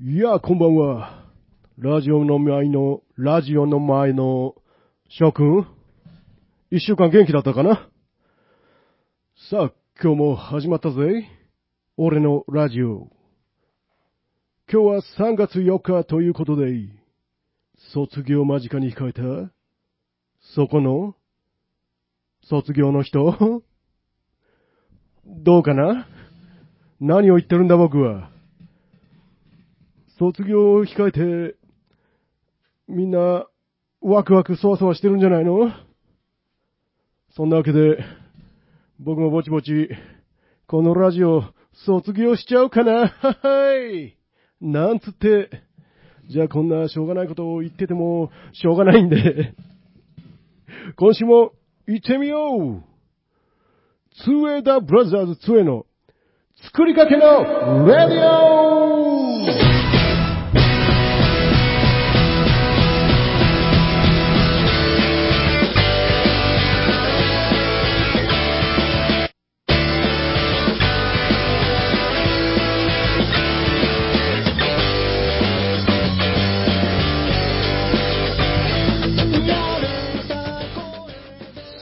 いやあ、こんばんは。ラジオの前の、ラジオの前の、諸君一週間元気だったかなさあ、今日も始まったぜ。俺のラジオ。今日は3月4日ということで、卒業間近に控えた、そこの、卒業の人どうかな何を言ってるんだ僕は。卒業を控えて、みんな、ワクワクそわそわしてるんじゃないのそんなわけで、僕もぼちぼち、このラジオ、卒業しちゃおうかな。ははい。なんつって、じゃあこんなしょうがないことを言ってても、しょうがないんで、今週も、行ってみようツーエダブラザーズ2への、作りかけのレディオ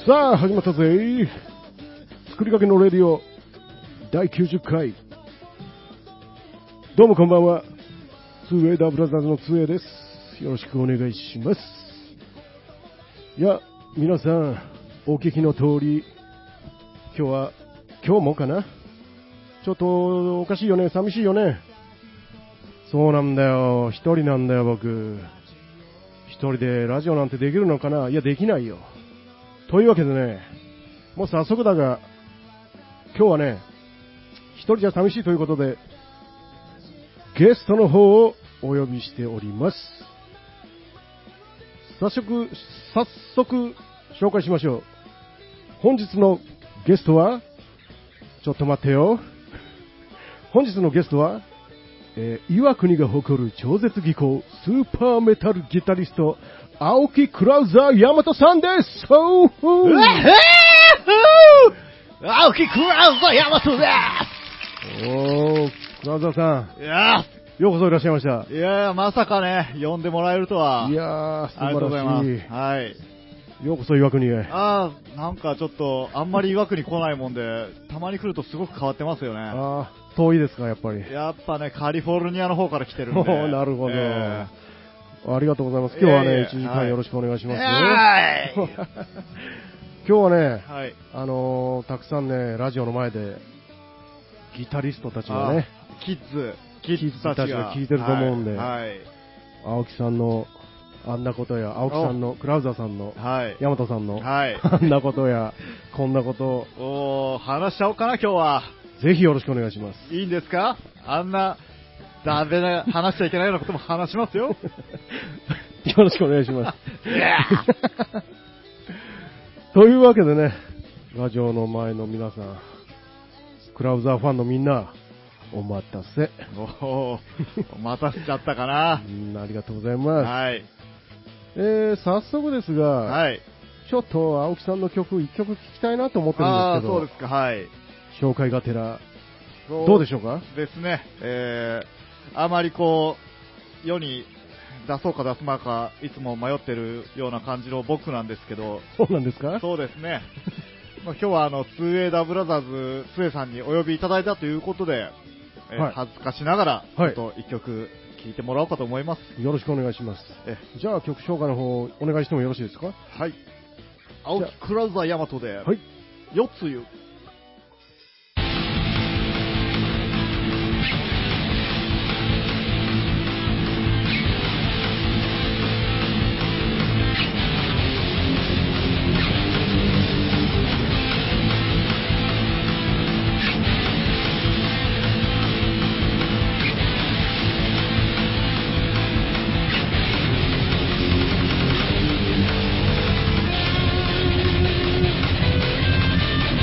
さあ、始まったぜ。作りかけのレディオ、第90回。どうもこんばんは。ツーエイダーブラザーズのツーエイです。よろしくお願いします。いや、皆さん、お聞きの通り、今日は、今日もかなちょっと、おかしいよね、寂しいよね。そうなんだよ、一人なんだよ、僕。一人でラジオなんてできるのかないや、できないよ。というわけでね、もう早速だが、今日はね、一人じゃ寂しいということで、ゲストの方をお呼びしております。早速、早速、紹介しましょう。本日のゲストは、ちょっと待ってよ。本日のゲストは、えー岩国が誇る超絶技巧、スーパーメタルギタリスト、青木クラウザー大和さんですおうほううわっへー青木クラウザヤマトでおー、クラウザーさすいやん、ようこそいらっしゃいました。ーいやーまさかね、呼んでもらえるとは。いやー、素ありがとうございま晴す。らはい。しい。ようこそ岩国へ。あー、なんかちょっと、あんまり岩国来ないもんで、たまに来るとすごく変わってますよね。あー、遠いですか、やっ ぱり。やっぱね、カリフォルニアの方から来てるんで。 おーなるほどえありがとうございます。今日はいえいねえ、 1時は間いよろしくお願いしーますよ。えーい今日はね、はい。あのー、たくさんね、ラジオの前で、ギタリストたちがね、あーキッズ、キッズたキッズたちちがが。聞いてると思うんではい。はい青木さんのあんなことや、青木さんの、クラウザーさんの、はい。大和さんの、はい あんなことや、こんなこと、おー、話しちゃおうかな、今日は。ぜひよろしくお願いします。いいんですかあんな、ダメな、話しちゃいけないようなことも話しますよ。よろしくお願いし ます。いやというわけでね、ラジオの前の皆さん、クラウザーファンのみんな、お待たせ。ーおーお待たせしちゃったかなみ。んなありがとうございます。はい。えー、早速ですが、はい。ちょっと青木さんの曲、一曲聴きたいなと思ってるあんあ、そうでですか、はい。すけど、紹介がてら、どうでしょょうかうですね。えー、あまりこう、世に出そうか出すまいか、いつも迷ってるような感じの僕なんですけど、そうなんですかそうですね。 まあ今日はあの、ツーエイダーブラザーズ、ツエさんにお呼びいただいたということで、えーはい恥ずかしながら、ちょはいっと一曲聴いてもらおうかと思います。よろしくお願いします。えじゃあ曲紹介の方、お願いしてもよろしいですかははい。青木クラウザーヤマトで、い。四つ湯。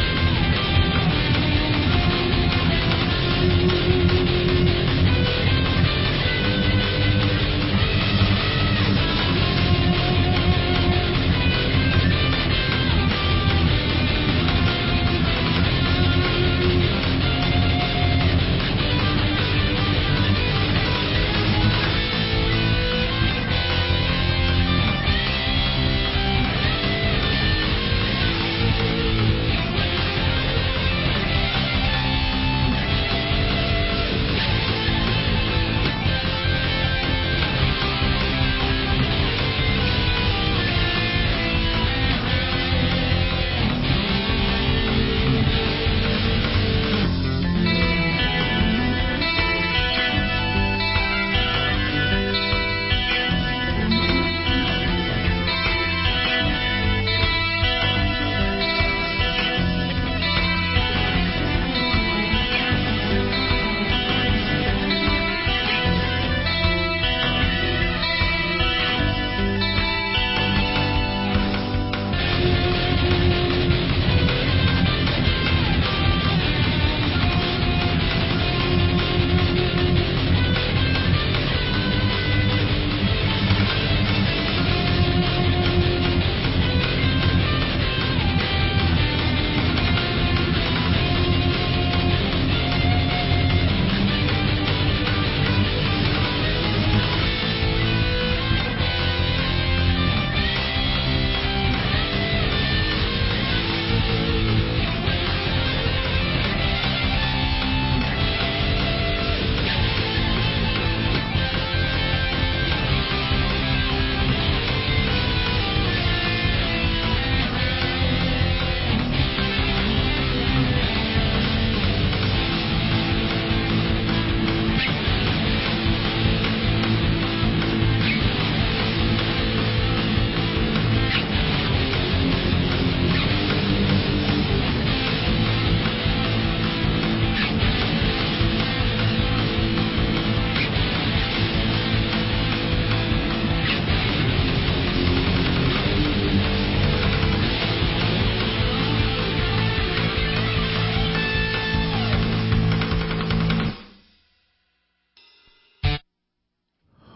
「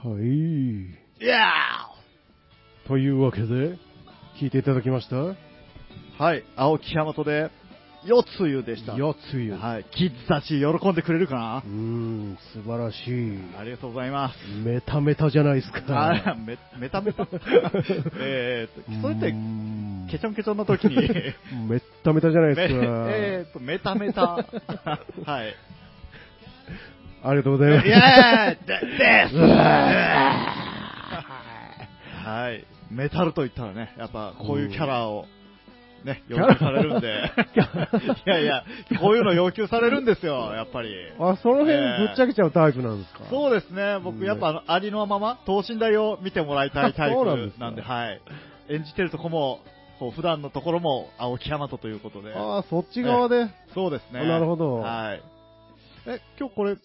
はい。いやというわけで、聞いていただきましたーはい、青木山本で、夜つゆでした。よつゆ。はい、キッズたち喜んでくれるかなうーん、素晴らしい。ありがとうございます。メタメタじゃないですか。あめ、メタメ タ。えーと、それってうー、んケチョンケチョンの時 に、 めメッタメタじゃないですか。えーと、メタメ タ。はい。ありがとうございイエまーす。イでですうわーはい。メタルと言ったらね、やっぱこういうキャラを、ね、要求されるんで。 いやいや、こういうの要求されるんですよ、やっぱり。あ、その辺ぶっちゃけちゃうタイプなんですか。そうですね、うん僕やっぱあのありのまま、等身大を見てもらいたいタイそプうななんんでです、かはい。演じてるとこも、こう普段のところも青木大和ということで。あーそっち側で。そうですね。なるほどはい。え、今日これ、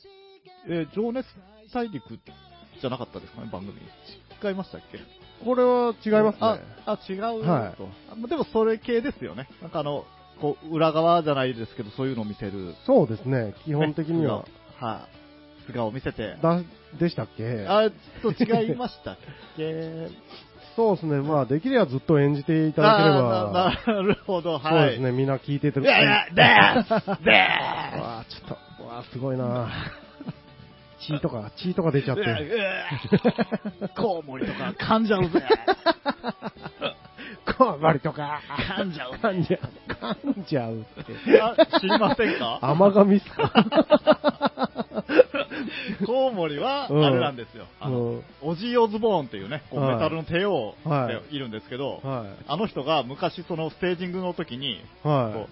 えー情熱大陸じゃなかったですかね、番組。違いましたっけこれは違いますね。あ、あ違う、はいとあまでもそれ系ですよね。なんかあの、こう、裏側じゃないですけど、そういうのを見せる。そうですね、基本的にはね。。素顔はい、素顔を見せて。だ、でしたっけあ、ちょっと違いましたっ けそうですね、まあ、できればずっと演じていただければ、あーななるほど、はい。そうですね、みんな聞いていたいやい や、でーすでーすわあ、ちょっと、わあ、すごいな。血とか、血とか出ちゃって。うわうわコウモリとか噛んじゃうぜ。コウモリとか、噛んじゃうぜ。噛んじゃう、噛んじゃうって。知りませんか甘神っすかコウモリは、うんあれなんですよ。あのうんオジー・オズボーンっていうね、こうはいメタルの帝王はでいるんですけど、はあの人が昔そのステージングの時に、い。はこう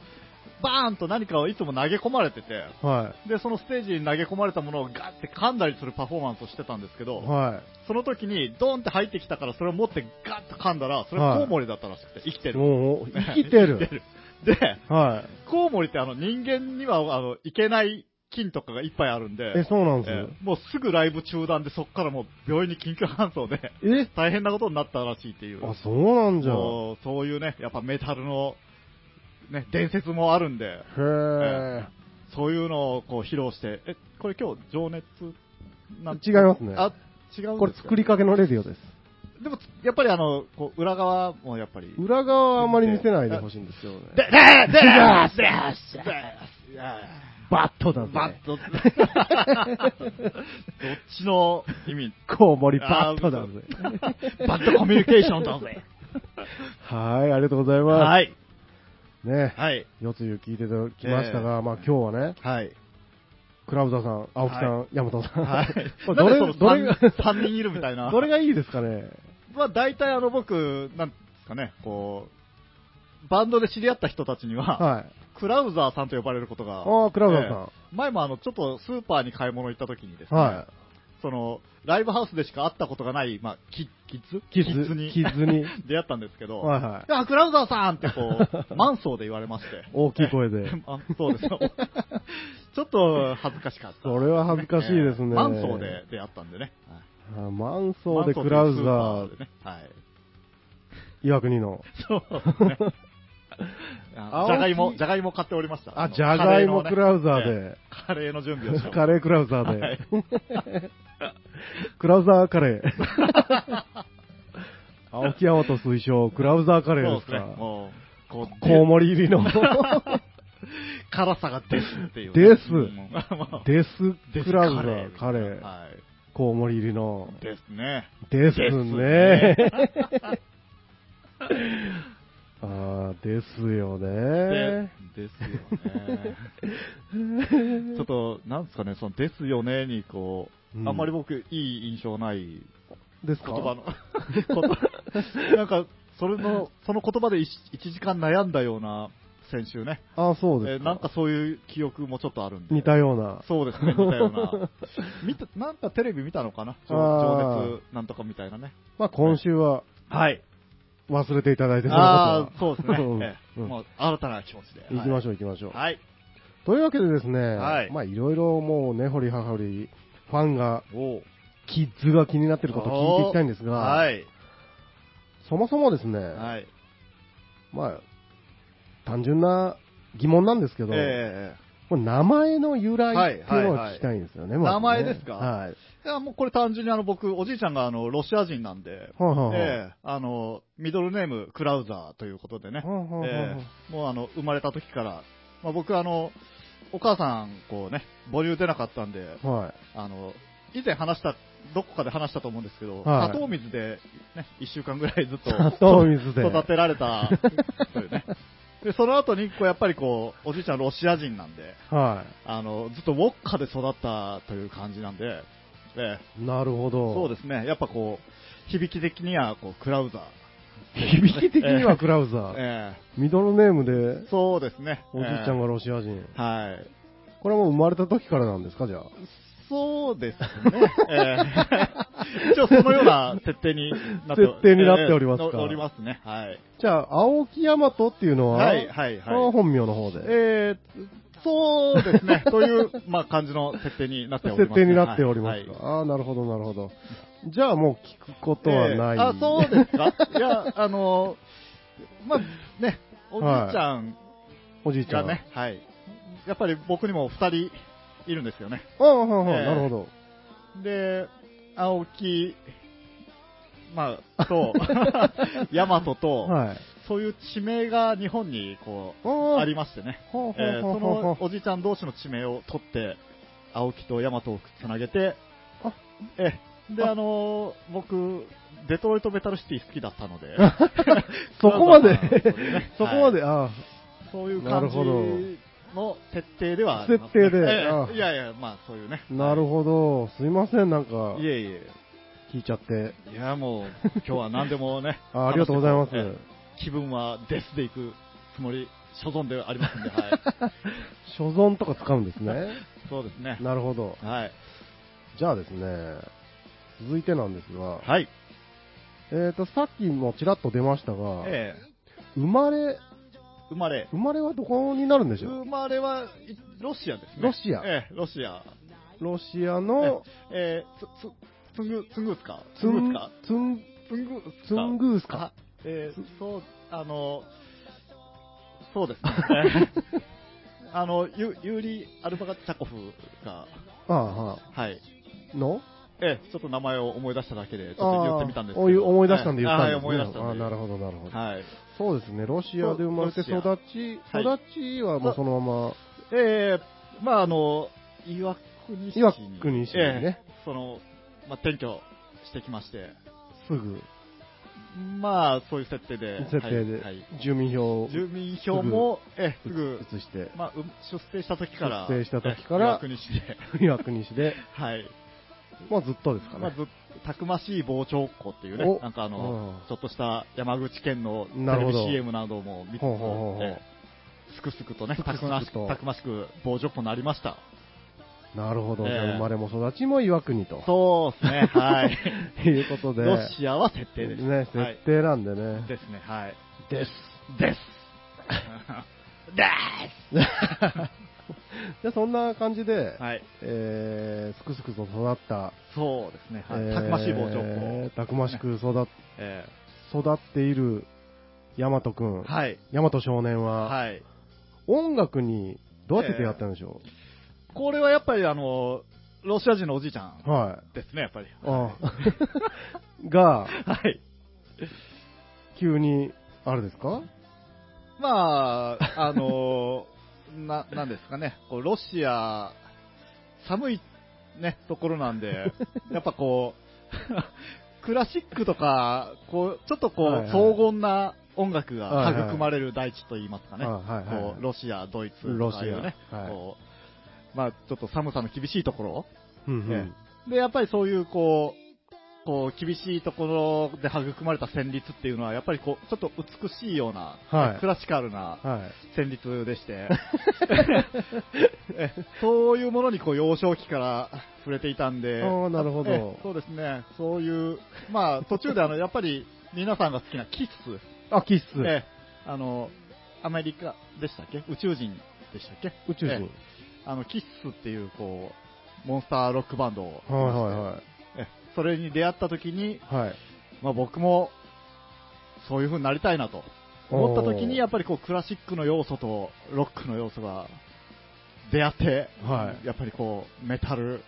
バーンと何かをいつも投げ込まれてて、い。はで、そのステージに投げ込まれたものをガッて噛んだりするパフォーマンスをしてたんですけど、い。はその時にドンって入ってきたからそれを持ってガッと噛んだら、それはいコウモリだったらしくて、生きてい。る。もう、生きて 生きる。で、はコウモリってあの人間にはあのいけない菌とかがいっぱいあるんでい。、え、そうなんでえーもうすぐライブ中断で、そこからもう病院に緊急搬送で、 すえ大変なことになったらしいっていう、あ、そうなんじゃ。もうそういうね、やっぱメタルの、ね、伝説もあるんで、へえ。そういうのをこう披露して、え、これ今日情熱なん違いますねあ、違うんですかこれ作りかけのレディオです。でも、やっぱりあの、こう裏側もやっぱり、裏側はあんまり見せないでほしいんですよね。で、で、で、で、で、で、で、バットだバぜッ。と。 どっちの意味コウモリバットだぜ。バッドコミュニケーションだぜ。はい、ありがとうございます。はい。ね、はい。四つ湯聞いていただきましたが、まあ今日はね、はい。クラウザさん、青木さん、山本さん、はい こ。れなんでそどのれ、どれが、三三人いるみたい な。どれがいいですかね。まあ大体あの僕、なんですかね、こう、バンドで知り合った人たちには、はい。クラウザーさんと呼ばれることが。ああ、クラウザえさえ前もあの、ちょっとスーパーに買い物行った時にですん。ね、はその、ライブハウスでしか会ったことがない、まあ、キキッズい。キズにキズに。 出会ったんですけど、はいはいや、クラウザーさんってこ う、マンソーで言われまして。大きい声で。 あそうですよ。ちょっと恥ずかしかった。それは恥ずかしいですね。マンソーで出会ったんでね。はいあ。マンソーでクラウザマンソーーというスーパーで、ね。はい。岩国の。そうで すね。あ青木じゃがいも、じゃがいも買っておりました。あ、のじゃがいもクラウザ。カレーのねで。ええカレーの準備をしよう。 カレークラウザーはでい。クラウザーカ レー。青木山と推奨、クラウザーカレーですそうですね。か。もう、こう、コウモリ入り の。辛さがですっていうね、ですうんもうデですスクラウザーカレー。はい。コウモリ入りの。ですね。ですねで。 あーですよでね。ですよ ね。ちょっと、なんですかね、その、ですよねに、こう、うんあんまり僕、いい印象ないですか言葉の、こと なんか、それの、その言葉で 1, 時間悩んだような、先週ね。あ、そうえですか。ーなんかそういう記憶もちょっとあるんで。似たような。そうですね、似たような。 見た、なんかテレビ見たのかな情あー情熱なんとかみたいなね。まあ今週ははい。忘れていただいてそのことあはあ、そうですうんね。ええうんもう新たな気持ちで。行きましょう行きましょう。はい。というわけでですね、はいまあいろいろもうね、掘り葉掘り、ファンが、おキッズが気になってることを聞いていきたいんですが、はい。そもそもですね、はい。まあ、単純な疑問なんですけど、ええこれ名前の由は来いっていうのを聞きたいんですよね、はいはいまずね名前ですかはい。いや、もうこれ単純にあの僕、おじいちゃんがあの、ロシア人なんで、はあはあはあええあの、ミドルネーム、クラウザーということでね、はあはあはあええもうあの、生まれた時から、まあ、僕あの、お母さん、こうね、母乳出なかったんで、はい。あの、以前話した、どこかで話したと思うんですけど、はい砂糖水で、ね、1週間ぐらいずっと、砂糖水で育てられた、というね。で、その後に、こう、やっぱりこう、おじいちゃんロシア人なんで、はあの、ずっとウォッカで育ったという感じなんで、ええい。なるほど。そうですね、やっぱこう、響き的には、こう、クラウザー。響き的にはクラウザー。えミドルネームでえ、そうですね。おじいちゃんがロシア人。ええはい。これはもう生まれた時からなんですか、じゃあ。そうですね。ええ 一応そのような設定になって設定になっておりますかええおおりますね。はい。じゃあ、青木大和っていうのは、はい、はい、これははい。本名の方で。えー、そうで すね。という、まあ、感じの設定になっております、ね。設定になっておりますか。はいはいああ、なるほど、なるほど。じゃあもう聞くことはない。ええあ、そうですか。いや、あの、まあ、ね、おじいちゃんおじいちゃがん。ね、はい、やっぱり僕にも二人いるんですよね。ああ、はいはい、ええなるほど。で、青木、ま あ、と、ヤマトと、はい。そういう地名が日本にこう、あありましてね。ほうほうえーほうそほうほうのおじいちゃん同士の地名を取って、青木とヤマトをつなげてあ、ええで、あのー僕、デトロイトメタルシティ好き だったので、そこまでそうだね、 そこまで、あはあ、そういうなる感じほどの設定ではあります、設定でええああいやいや、まあそういうね。なるほど。すいません、なんか、いえいえ。聞いちゃって。。いや、もう、今日は何でもね あありがとうございます。ええ気分はデスで行くつもり、所存ではあり ますんで、はい。所存とか使うんですね。 そうですね。なるほど。はい。じゃあですね、続いてなんですが、はい。えっ、と、さっきもちらっと出ましたが、ええ生まれ、生まれ。生まれはどこになるんでしょう生まれは、いロシアですね。ロシアええロシア。ロシアの、ええつ、つ、つんぐ、つんぐすかツンつか、ツン、つんぐすかツングースか。あえーそう、あの、そ うですね。あの、ユユーリ・アルファガ・チャコフが、ああ、ははい。あ、のえーちょっと名前を思い出しただけで、ちょっと言あっあてみたんですけど。おい思い出したんで言ったんはいです、あーね。思い出したんで。ああなるほど、なるほど、はい。そうですね、ロシアで生まれて育そうロち、ア育ちはもうそのまま、えー、まああの、岩国市に。いわくにしにね、えーその、まあ、転居してきまして、すぐ、まあ、そういう設定で。設定ではいはい、住民票を住民票も、えーすぐ、移して、 まあ、う出生した時から。出生した時からえー岩国市で。いわくにしで、はい。まあずっとですかね。まあ、ずたくましい傍聴っ子っていうねお、なんかあの、うんちょっとした山口県のテなるレほビど CM なども見てほうほうほうほうええすくすくとね、すくたすくくとましく、たくましく傍聴っ子になりました。なるほど、ええじゃあ生まれも育ちも岩国と。そうですね、はい。ということで、ロシアは設定です。ね、はい設定なんでね。ですね、はい。です。です。 でで、そんな感じで、すはい。えー、すくすくと育った、そうですね、はいえーたくましい傍聴っ子。たくましく育っえ育っている大和くん、えはい。大和少年は、はい。音楽にどうやって出会ったんでしょこれはやっぱりあの、ロシア人のおじいちゃんう、はい。ですね、やっぱり。 あが、はい。急に、あれですかまあ、あの な、なんですかね、こうロシア、寒いね、ところな んで、やっぱこう、 クラシックとか、こう、ちょっとこう、はいはい荘厳な音楽はいはいが育まれる大地といいますかね、あはいはいはいこうロシア、ドイツ、ロシアああいうね、はいこう、まあ、ちょっと寒さの厳しいところ、うんうんえで、やっぱりそういう、こう、こう、厳しいところで育まれた旋律っていうのは、やっぱりこう、ちょっと美しいような、はいクラシカルなはい。旋律で して、えそういうものにこう幼少期から触れていたんで、ああ、なるほえど。そうですね、そういう、まあ途中であのやっぱり皆さんが好きなキッス、あ、気質。えあのアメリカでしたっけ、宇宙人でしたっけ、宇宙え人。あのキッスっていうこうモンスターロックバンドを、はいはえそれに出会った時に、いはい。はい。まあ、僕もそういう風になりたいなと思った時にやっぱりこうクラシックの要素とロックの要素が出会って、はいやっぱりこう、メタル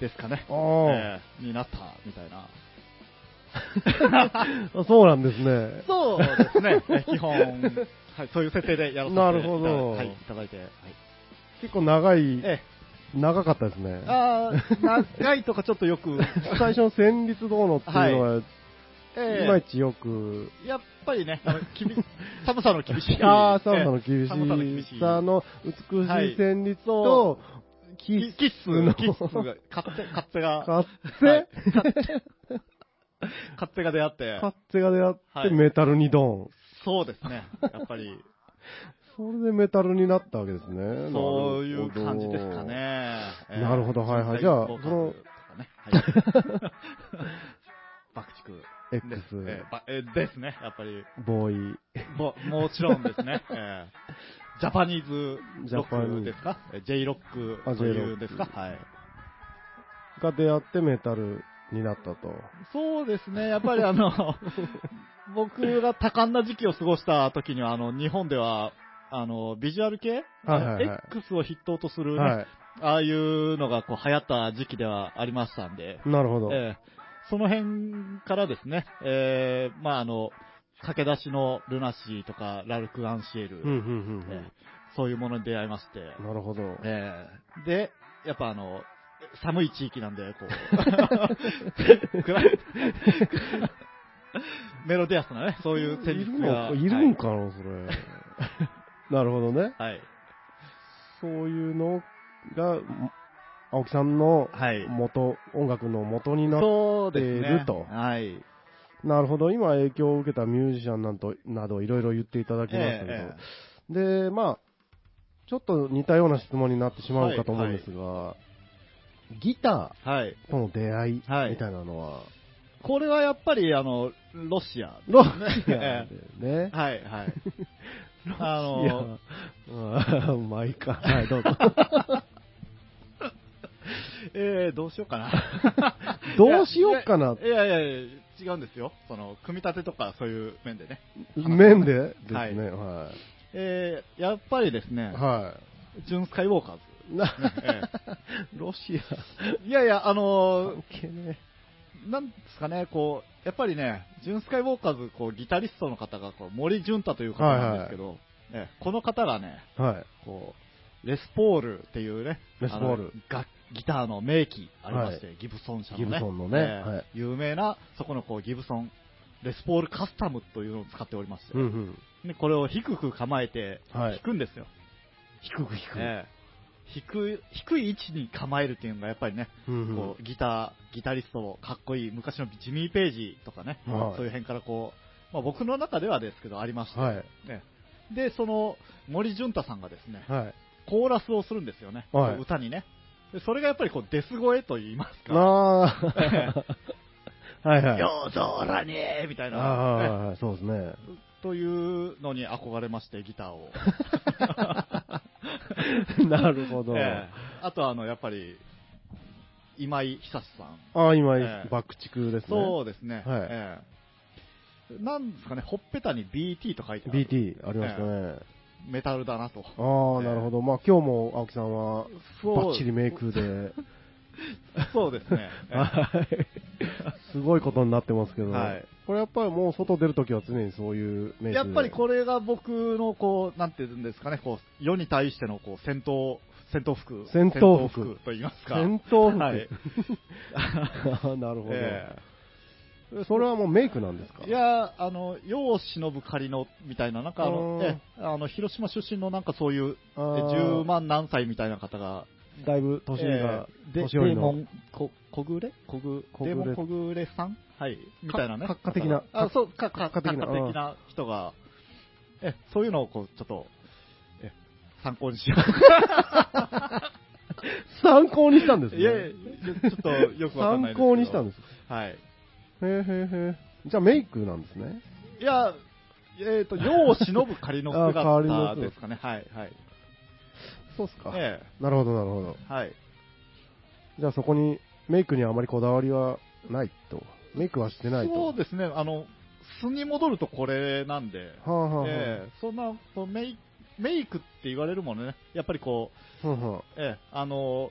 ですかね、あえーになったみたい な。あ、そうなんですね。そうですね、え基本、はい、そういう設定でやらせていたなるほどはい、いただいて。はい結構長い、え長かったですねえ、。あー長いとかちょっとよく、最初の旋律どうのっていうのは、ええいまいちよく、やっぱりね、あの厳し寒さの厳しい。 ああ、寒さのええ寒さの厳厳ししいさの美しいはい旋律とと、キッキッスのキッスが、勝手、勝手が、勝はい手、勝手が出会って、勝手が出会って、はいメタルにドン。そうですね、やっぱり、それでメタルになったわけですね。そういう感じですかね。ええなるほどはいはいじゃあその、人材合格とかねはい爆竹。なるでほど。え X ー、ばえーですね、やっぱり。ボーイ。ももちろんですね。えージャパニーズロックですかえー ?J ロックというんですかあ J ロックはい。が出会ってメタルになったと。そうですね、やっぱりあ の、僕が多感な時期を過ごした時には、あの、日本では、あの、ビジュアル系、はいはいはい X を筆頭とするね、はああいうのがこう流行った時期ではありましたんで、い。なるほど。ええその辺からですね、ええまああの、駆け出しのルナシーとか、ラルク・アンシエル、うんうんうんええそういうものに出会いまして、うん。なるほど。ええで、やっぱあの、寒い地域な んで、こう、暗い、メロディアスなね、そういうい戦る術のが。かいるんかな、それ。 なるほどね。はい。そういうのが、青木さんのはい。元、音楽の元になっそうですいねる。とはい。なるほど。今影響を受けたミュージシャンなんと、などいろいろ言っていただきましたけど。ええで、まあ、ちょっと似たような質問になってしまうかと思うんですが、ギタはい。ーとの出会いみはいたいなのは、これはやっぱり、あの、ロシア。ロシアだよね。はい、はい。 あいやの、あー まあいいか。はい、どうぞ。えー、どうしようかな。。どうしようかないやいやいや、違うんですよ。その、組み立てとかそういう面でね。面でですね。はいはえー、やっぱりですい。ね、はジュン・スカイウォーカーズ。い。な、え ロシえいやいや、あア。の関係ねーなんですかね、こう、やっぱりね、ジュン・スカイウォーカーズ、こう、ギタリストの方が、こう、森潤太という方なんですけど、ええこの方がね、え。はい。こう、レスポールっていうね、レスポールあのがギターの名機ありまして、ギブソン社のね、ギブソンのねええはい有名な、そこのこう、ギブソン、レスポールカスタムというのを使っておりまして、うんうん。でこれを低く構えて、は弾い。くんですよ。低く低く。ええ低い低い位置に構えるっていうのがやっぱりね、うんうんこうギター、ギタリストのかっこいい昔のジミー・ページとかね、はいそういう辺からこう、まあ、僕の中ではですけど、ありまして、はい。ねで、その森潤太さんがですね、はい。コーラスをするんですよね、はいこう歌にね。でそれがやっぱりこうデス声と言いますなか、あ。 はいはい。夜空にみたいな、ねああ、そうですね。というのに憧れまして、ギター を。 なるほど。ええあとはあのやっぱり今井久志さん。ああ、今、ええ爆竹ですね。そうですね。はいええなんですかね、ほっぺたに BT と書いてある。 BT ありましたね。メタルだなと。ああ、ええなるほど。まあ今日も青木さんは、そうバッチリメイクで、そうで すね。えはいすごいことになってますけど、はいこれやっぱりもう外出るときは常にそういうメイクでえやっぱりこれが僕のこう、なんていうんですかね、こう、世に対してのこう、戦闘、戦闘服。戦闘服と言いますか。戦 闘服。はい。ああ なるほど、ええそれはもうメイクなんですかいや、あの、世を忍ぶ仮の、みたいな、なんかあの、あーええあの、広島出身のなんかそういう、あえー10万何歳みたいな方が、だいぶ年が、えーで年寄りのデーモンこ小暮小暮小暮デーモン小暮さんはい。みたいなね。閣下的なあ、そう、か、か、閣下的的なな。的な人が、え、そういうのをこう、ちょっと、え、参考にしよ参考にしたんですう。ね。いやいや、ちょちょっとよくわかんな参いですけど。考にしたんです。はい。へえへえへえ。じゃあメイクなんですね。いや、えっ、と、世を忍ぶ仮のあ仮の姿姿ですかね。はい、はい。そうっすか。えなるほど、なるほど。えはい。じゃあそこに、メイクにはあまりこだわりはないと。メイクはしてないと。そうですね、あの、素に戻るとこれなんで。はあはあはあええそんなこうメイメイクっって言われるものね、やっぱりこう、はんはんええ、あの、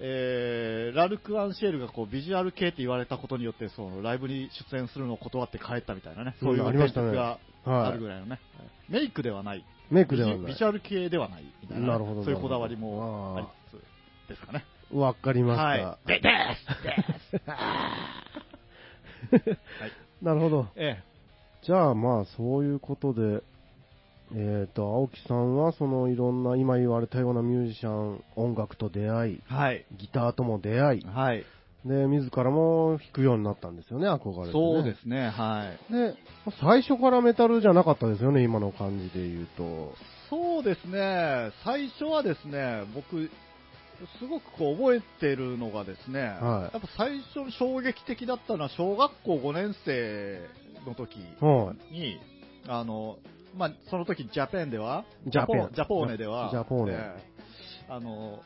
えーラルク・アンシェルがこうビジュアル系って言われたことによってそのライブに出演するのを断って帰ったみたいなね、そういううんありましたね伝説がはいあるぐらいのね、メイクではない、メイクではなビいジ。ュアル系ではないみたいなね、なるほどそういうこだわりもあーありつつですかね。わかりました。はい。でですですはいなるほど。えじゃあまあそういうことで、えっ、と、青木さんはそのいろんな今言われたようなミュージシャン、音楽と出会い、え、はい。ギターとも出会い、はい。で、自らも弾くようになったんですよね、憧れて、ね。そうですね、はい。す。で、最初からメタルじゃなかったですよね、今の感じで言うと。そうですね、最初はですね、僕、すごくこう覚えてるのがですね、はいやっぱ最初衝撃的だったのは小学校5年生の時はに、あの、まあ、その時ジャペンでは、い。ジャポン。ジャポーネでは、ジャポーネ。ええあの、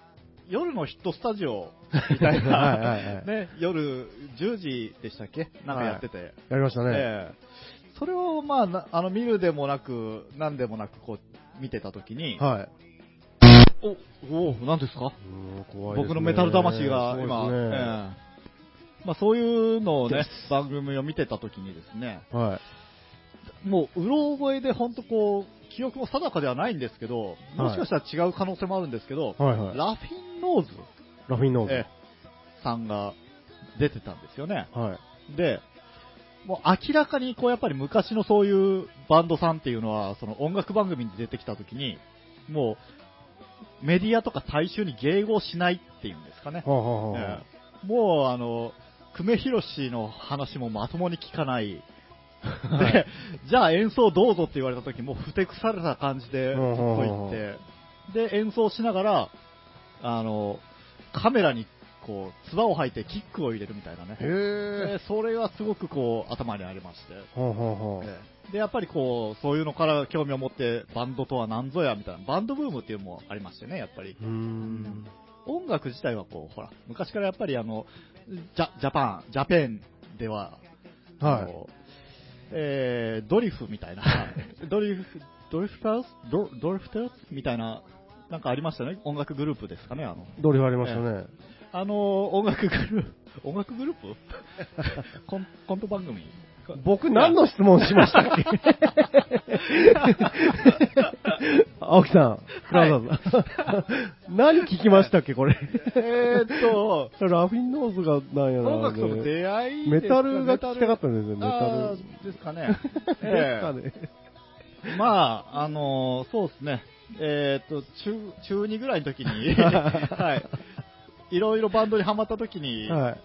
夜のヒットスタジオみたいな、はいはいはい ね、夜10時でしたっけなんかやってて、やりましたね。ええそれを、まあな、あの見るでもなく、なんでもなく、こう、見てたときに、はい。お、お、なんですかうん怖いですね僕のメタル魂がそうです今、ねええまあそういうのをでねす、番組を見てたときにですね、はい。もう、うろ覚えで、本当こう、記憶も定かではないんですけど、もしかしたら違う可能性もあるんですけど、はいはい。ラフィンノーズ、ラフィンノーズ。ええさんが出てたんですよね。はい。で、もう明らかにこうやっぱり昔のそういうバンドさんっていうのは、その音楽番組に出てきたときに、もうメディアとか大衆に迎合しないっていうんですかね。はあ、はあはあええもうあの、久米宏の話もまともに聞かない。で、じゃあ演奏どうぞって言われた時もうふてくされた感じで、うんうんうんうんと言って、で、演奏しながら、あの、カメラにこう、唾を吐いてキックを入れるみたいなね。へえ。でそれはすごくこう頭にありまして、はあ、はあはあ。でやっぱりこうそういうのから興味を持ってバンドとは何ぞやみたいなバンドブームっていうのもありましてねやっぱりうーん。音楽自体はこうほら昔からやっぱりあのジャジャパンジャペンでは、あはい。のえードリフみたいなドリフドリフターズドドリフターズみたいななんかありましたね音楽グループですかねあのドリフありましたね。あの音楽グループ音楽グルー プコンコント番組僕何の質問しましたっけ 青木さん、クラウザーさん。 何聞きましたっけ、これ。 えーっと、ラフィンノーズがなんやな。音楽との出会いメですかタルが聞きたかったんですよ、メあタル。ーですかね。ですえかね。えまあ、あのーそうですね。えーっと、中、中2ぐらいの時 に、はい。いろいろバンドにハマった時に、はい。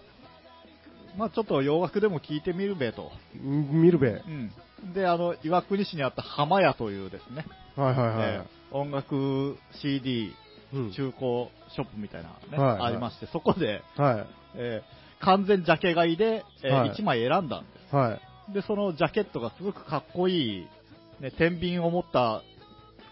まあちょっと洋楽でも聴いてみるべと。見るべ。はいうん。で、あの、岩国市にあった浜屋というですね、はいえはえ音楽 CD い。うん中古ショップみたいなね、はいはいありまして、そこで、はえー完全ジャケ買いで、えはい1枚選んだんでい。はい。す。で、そのジャケットがすごくかっこいい、ね、天秤を持った、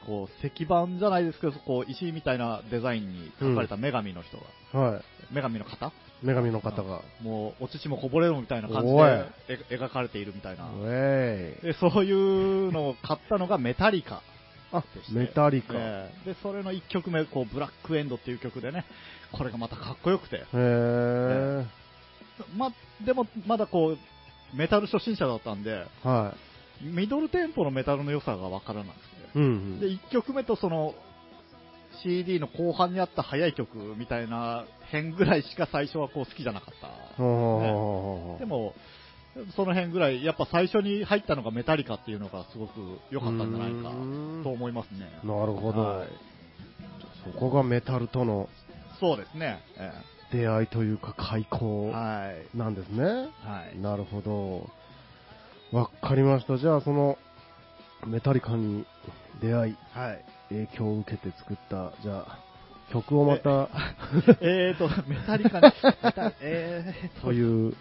こう、石板じゃないですけど、こう、石みたいなデザインに描かれた女神の人が、は女神の方い。女神の方が。もう、お乳もこぼれるみたいな感じおいでえ描かれているみたいな。ウェーイ。で、そういうのを買ったのがメタリカ。あでし、てメタリカ。へえーで、それの1曲目、こう、ブラックエンドっていう曲でね、これがまたかっこよくて、え。ま、でも、まだこう、メタル初心者だったんで、はミドルテンポのメタルの良さがわからなくい。うんて。で、1曲目とその、CD の後半にあった早い曲みたいな辺ぐらいしか最初はこう好きじゃなかっうん。た。はでも、その辺ぐらい、やっぱ最初に入ったのがメタリカっていうのがすごく良かったんじゃないうーんかと思いますね。なるほど、はいそこがメタルとのそうですね。え出会いというか開え口はい。なんですね、はい。なるほどわかりましたじゃあそのメタリカに出会いはい。影響を受けて作ったじゃあ曲をまた えーと、メタリカに、メタえーという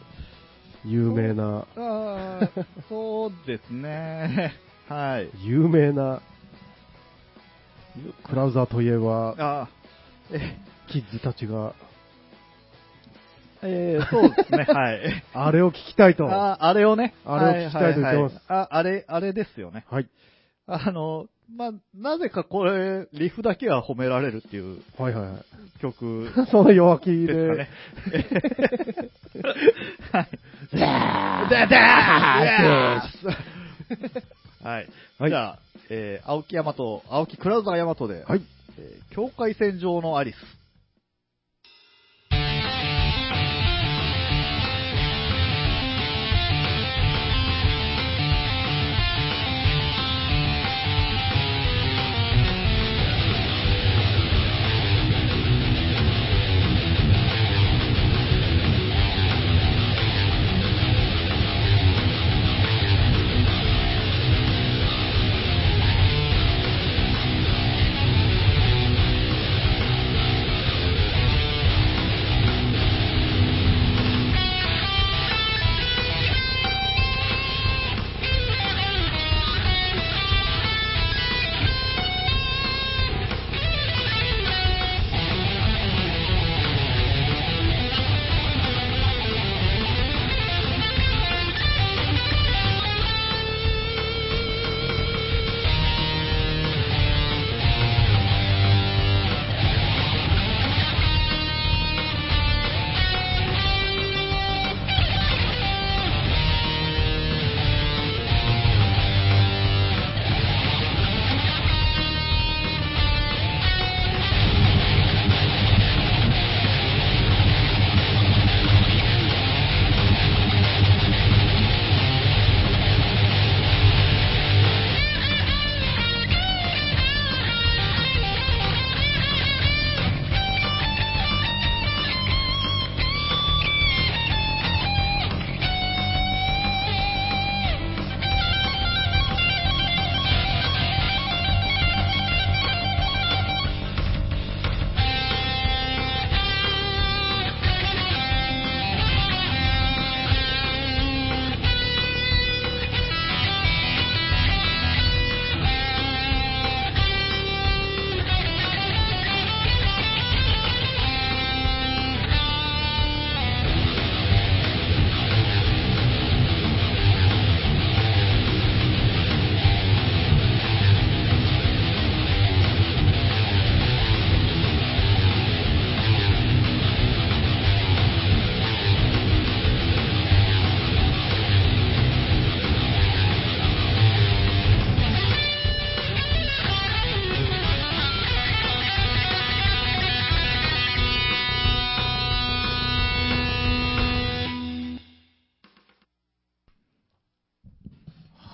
有名なあーそうですね。はい。有名なクラウザーといえばあーえキッズたちがえーそうですね、はい。あれを聞きたいとはああれをね。あれを聞きたいと言ってますはははああれ、あれですよね。いあの、まあ、なぜかこれ、リフだけは褒められるっていうはいはい はい。曲 その弱気で。ですかね。ダーででダーはい。はいじゃあ、えー青木大和、青木クラウザー大和で、はい。えー境界線上のアリス。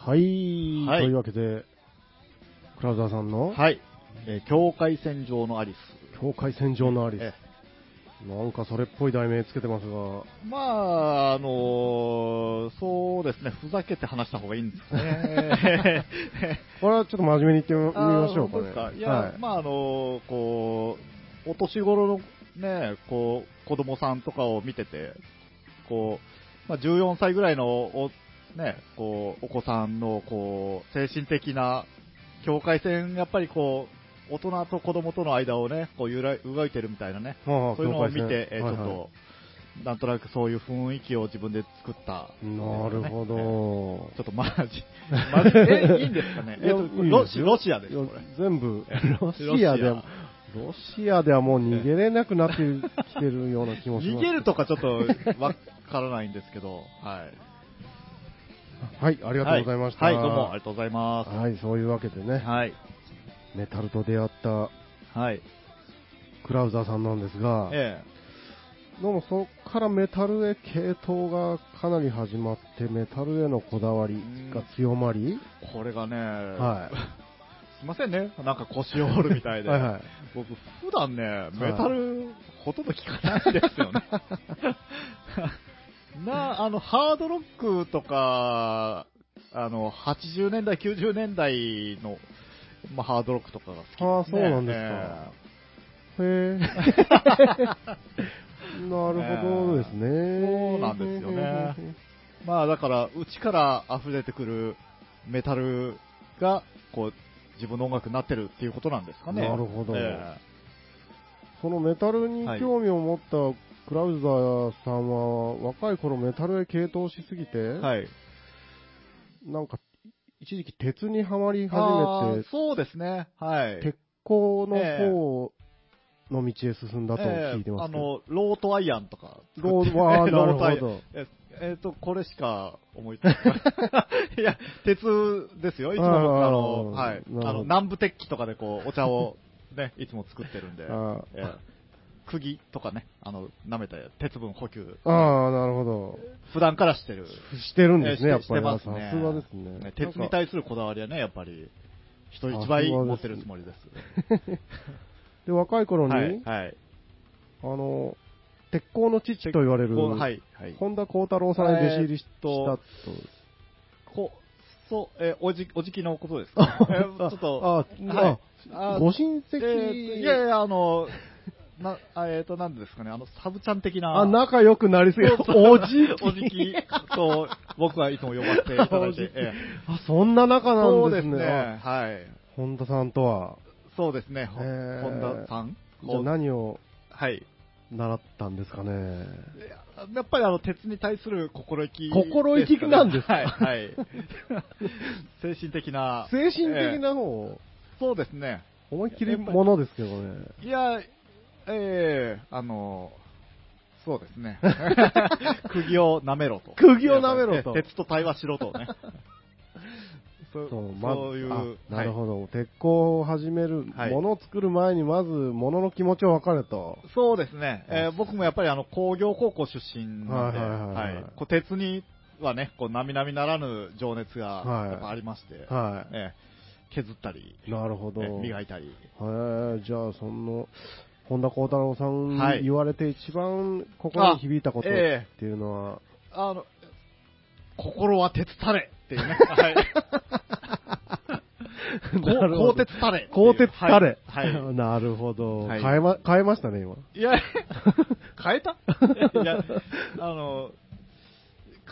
はい。はいというわけで、クラウザーさんの、はい。えー境界線上のアリス。境界線上のアリえス。なんかそれっぽい題名つけてますが、ーまあ、あのーそうですね、ふざけて話した方がいいんですね。これはちょっと真面 目に言ってみみあーましょうか本当ね。ですかいや、はい。まああのこうお年頃のねこう子供さんとかを見ててこう、まあ、14歳ぐらいのお,、ね、こうお子さんのこう精神的な境界線やっぱりこう大人と子供との間をねこう揺ら動いてるみたいなねまあそういうのを見境界て、線えーちょっと、はいなんとなくそういう雰囲気を自分で作った、はいなるほねど。ちょっとマジ、 マジ、え、いいんですかね。えっと、いやロシロシアです、これ。全部ええ、ロシアでは、ロシアではもう逃げれなくなってきてるような気もします。逃げるとかちょっとわからないんですけど、はい。はい、ありがとうございました。はい、はいどうもありがとうございます。はい、そういうわけでね、はい。メタルと出会ったはい。クラウザーさんなんですが、えどうもそこからメタルへ系統がかなり始まって、メタルへのこだわりが強まり、えこれがね、はすいませんね、なんか腰を折るみたいで。はいはい。僕、普段ね、メタル、ほとんど聞かないです よね。な、あの、ハードロックとか、あの、80年代、90年代の、まあ、ハードロックとかが好きです、ね。ああそうなんですかええへ え。なるほどですね。そうなんですよね。まあだから、内から溢れてくるメタルが、こう、自分の音楽になってるっていうことなんですかね。なるほどえそのメタルに興味を持ったクラウザーさんは、若い頃メタルへ傾倒しすぎて、えはい。なんか一時期鉄にはまりあ始めーそうですね。はい。て、鉄鋼の方の道へ進んだと聞いてますけど。ええあの、ロートアイアンとか。 ロードは ロードなタるイほど。えっ、えーと、これしか思いつかない。 いや、鉄ですよ。いつも、あーあの、なはるいほ。どあの、南部鉄器とかでこう、お茶をね、 いつも作ってるんで。あえー釘とかね、あの、舐めて鉄分補給、ーあー、なるほど。普段からしてる。してるんですね、えやえっしぱり。してますさねすがですね。ね鉄に対するこだわりはね、やっぱり、人一あ倍そうです持ってるつもりです。で、若い頃に、はい、はい。あの、鉄鋼の父と言われる、こうはい、はい。本田光太郎さんに弟子入りしえーたっとと。こ、そう、えーおじ、おじきのことですかえーちょっと、あ、はいああご親え戚、ーいやいや、あの、な、あえっ、と、なんですかね、あの、サブちゃん的な。あ、仲良くなりすぎそうそおうじき。おじきと、僕はいつも呼ばせていただいおじてき。え あ、そんな仲ーなそんうでですすね。ね。あはい。本田さんとは。そうですね。ほえー本田さんじゃあほん何をはい。習ったんですかね。やっぱりあの、鉄に対する心意気、心意気なんですかはい、はい。精神的な。精神的えーな方、そうですね。思いっきりものですけどね。いや、ええあの、そうですね。 釘を舐めろと。釘を舐めろとええ 鉄と対話しろとね。 そそうまずそういう、あなるはほど、鉄鋼を始める、はいものを作る前にまず、ものの気持ちを分かれと、いそうですね。えー僕もやっぱりあの工業高校出身なんで、はいはいはいはいはいこう鉄にはね、こう並々ならぬ情熱がはいやっぱありまして、はええ削ったり、い、なるほど、ええ磨いたり。へえじゃあ、その、本田幸太郎さんはにい言われて、一番心に響いたことっあええていうのは、あの、心は鉄たれっ ていうね。はい。なるほど鋼鉄たれ。鋼鉄タレ、はい。 はなるほど、はい変えま、変えましたね、今、い、いや、変 えたいや、あの、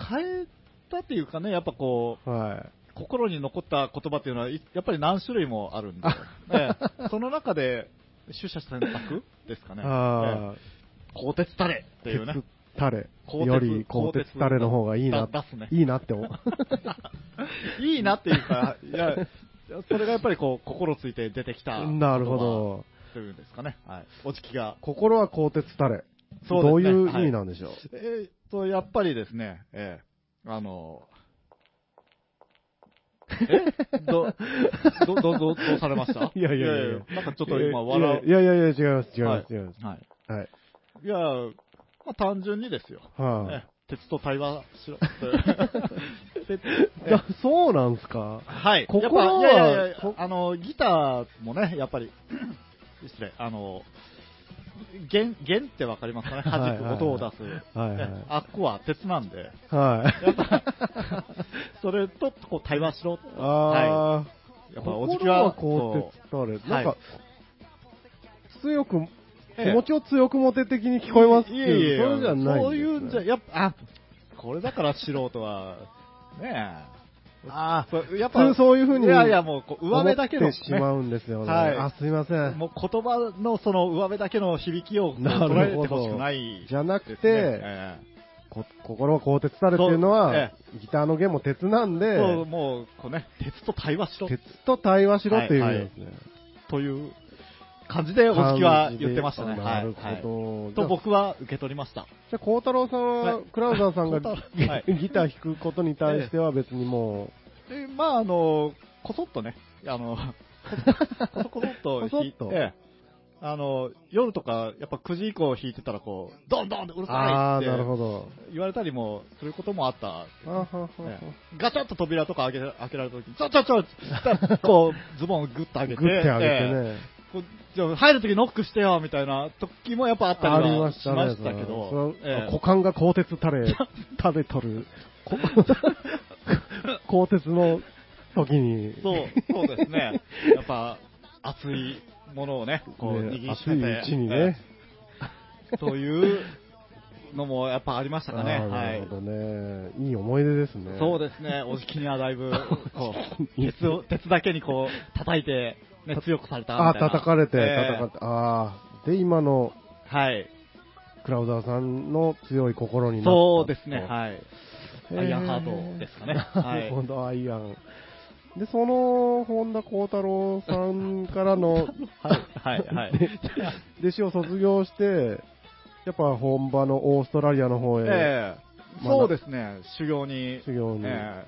変えたっていうかね、やっぱこう、はい、心に残った言葉っていうのは、いやっぱり何種類もあるんで、ええその中で、取捨選択ですかね。えああ、え鋼鉄たれっていうね。鉄タレ鋼鉄より鋼鉄タレの方がいいな、だ出すねいいなって思う。いいなっていうか、いや、それがやっぱりこう、心ついて出てきた。なるほ。ど。というんですかね。はい。おじきが。心は鋼鉄タレ。そうどうでいすねうはい意味なんでしょう、えーっと、やっぱりですね、えーあのえど、ど、ど、ど、どうされました いやいやいやいやなんかちょっと今笑う。いやいやいや、違います、違いはまいす、違いまはい。す。はい。いや、まあ単純にですよ。はね鉄と対話 しろって。鉄い。だそうなんすかはい。ここやっはぱいやいやいやこあの、ギターもね、やっぱり、 失礼、あの、弦、弦ってわかりますかね弾く、はいはい音を出す。はいはいねあっこは鉄なんで、はい。やっぱ、それとこう対話しろ。あい。ー、やっぱおじきは、心は鋼鉄タレ。そうなんかは、強く、ええ気持ちを強く持て的に聞こえますけど、いえいえいえそうじゃない。そういうんじゃ、、やっぱ、あ、これだから素人は、ねえ。ああ、やっ普ぱ、通そういう風にいやいや、もうこう、上辺だけの、思ってしまうんですよね。はいあ、すいません。もう言葉のその上辺だけの響きをこうな捉るえほどてほしくない、じゃなくですねて、えこ心は鋼鉄タレっていうのそうはえ、ギターの弦も鉄なんえで、そう、もう、こうね、鉄と対話しろ鉄と対話しろっていう意味なんですね。という感じで、おじきは言ってましたね。なるはいはいほど。とじゃあ、僕は受け取りました。じゃあ孝太郎さんは、はいクラウザーさんが、孝太郎はいギギター弾くことに対しては別にもで、まあ、あの、こそっとね、あの、こそこそっと弾いて こそっと、ええあの、夜とか、やっぱ9時以降弾いてたら、こう、ドンドンってう、うるあさあ、いっなるてほど。言われたりもすることもあった。あはははねガチャッと扉とか開け開けられた時に、ちょちょちょってこう、ズボンをグッと上グげッて、てあげてええね。こうじゃあ入る時ノックしてよ、みたいな時もやっぱあったりあはりましたね。しましたけそのど、ええ股間が鋼鉄タ レ、食べとる。こ 鋼鉄の時に。そう、そうで すね。やっぱ、熱いものをね、こう、ね握りし熱めて、いうちにえね。えそういうのもやっぱありましたかね。あーはないる。ほどね。いい思い出ですね。そうですね、おじきにはだいぶ、こう、 い鉄を、鉄だけにこう、叩いて、ね、強くされたみたあ、いな。叩かれて、ええ叩かれて。ああ。で、今のはい。クラウザーさんの強い心になったと。そうですね、はい。へー アイアンハートですかねなるほど、アイアン。で、その本田幸太郎さんからの はい、はい、はい。弟子を卒業して、やっぱ本場のオーストラリアの方へ ええまだそうですね、修行に、修行にえ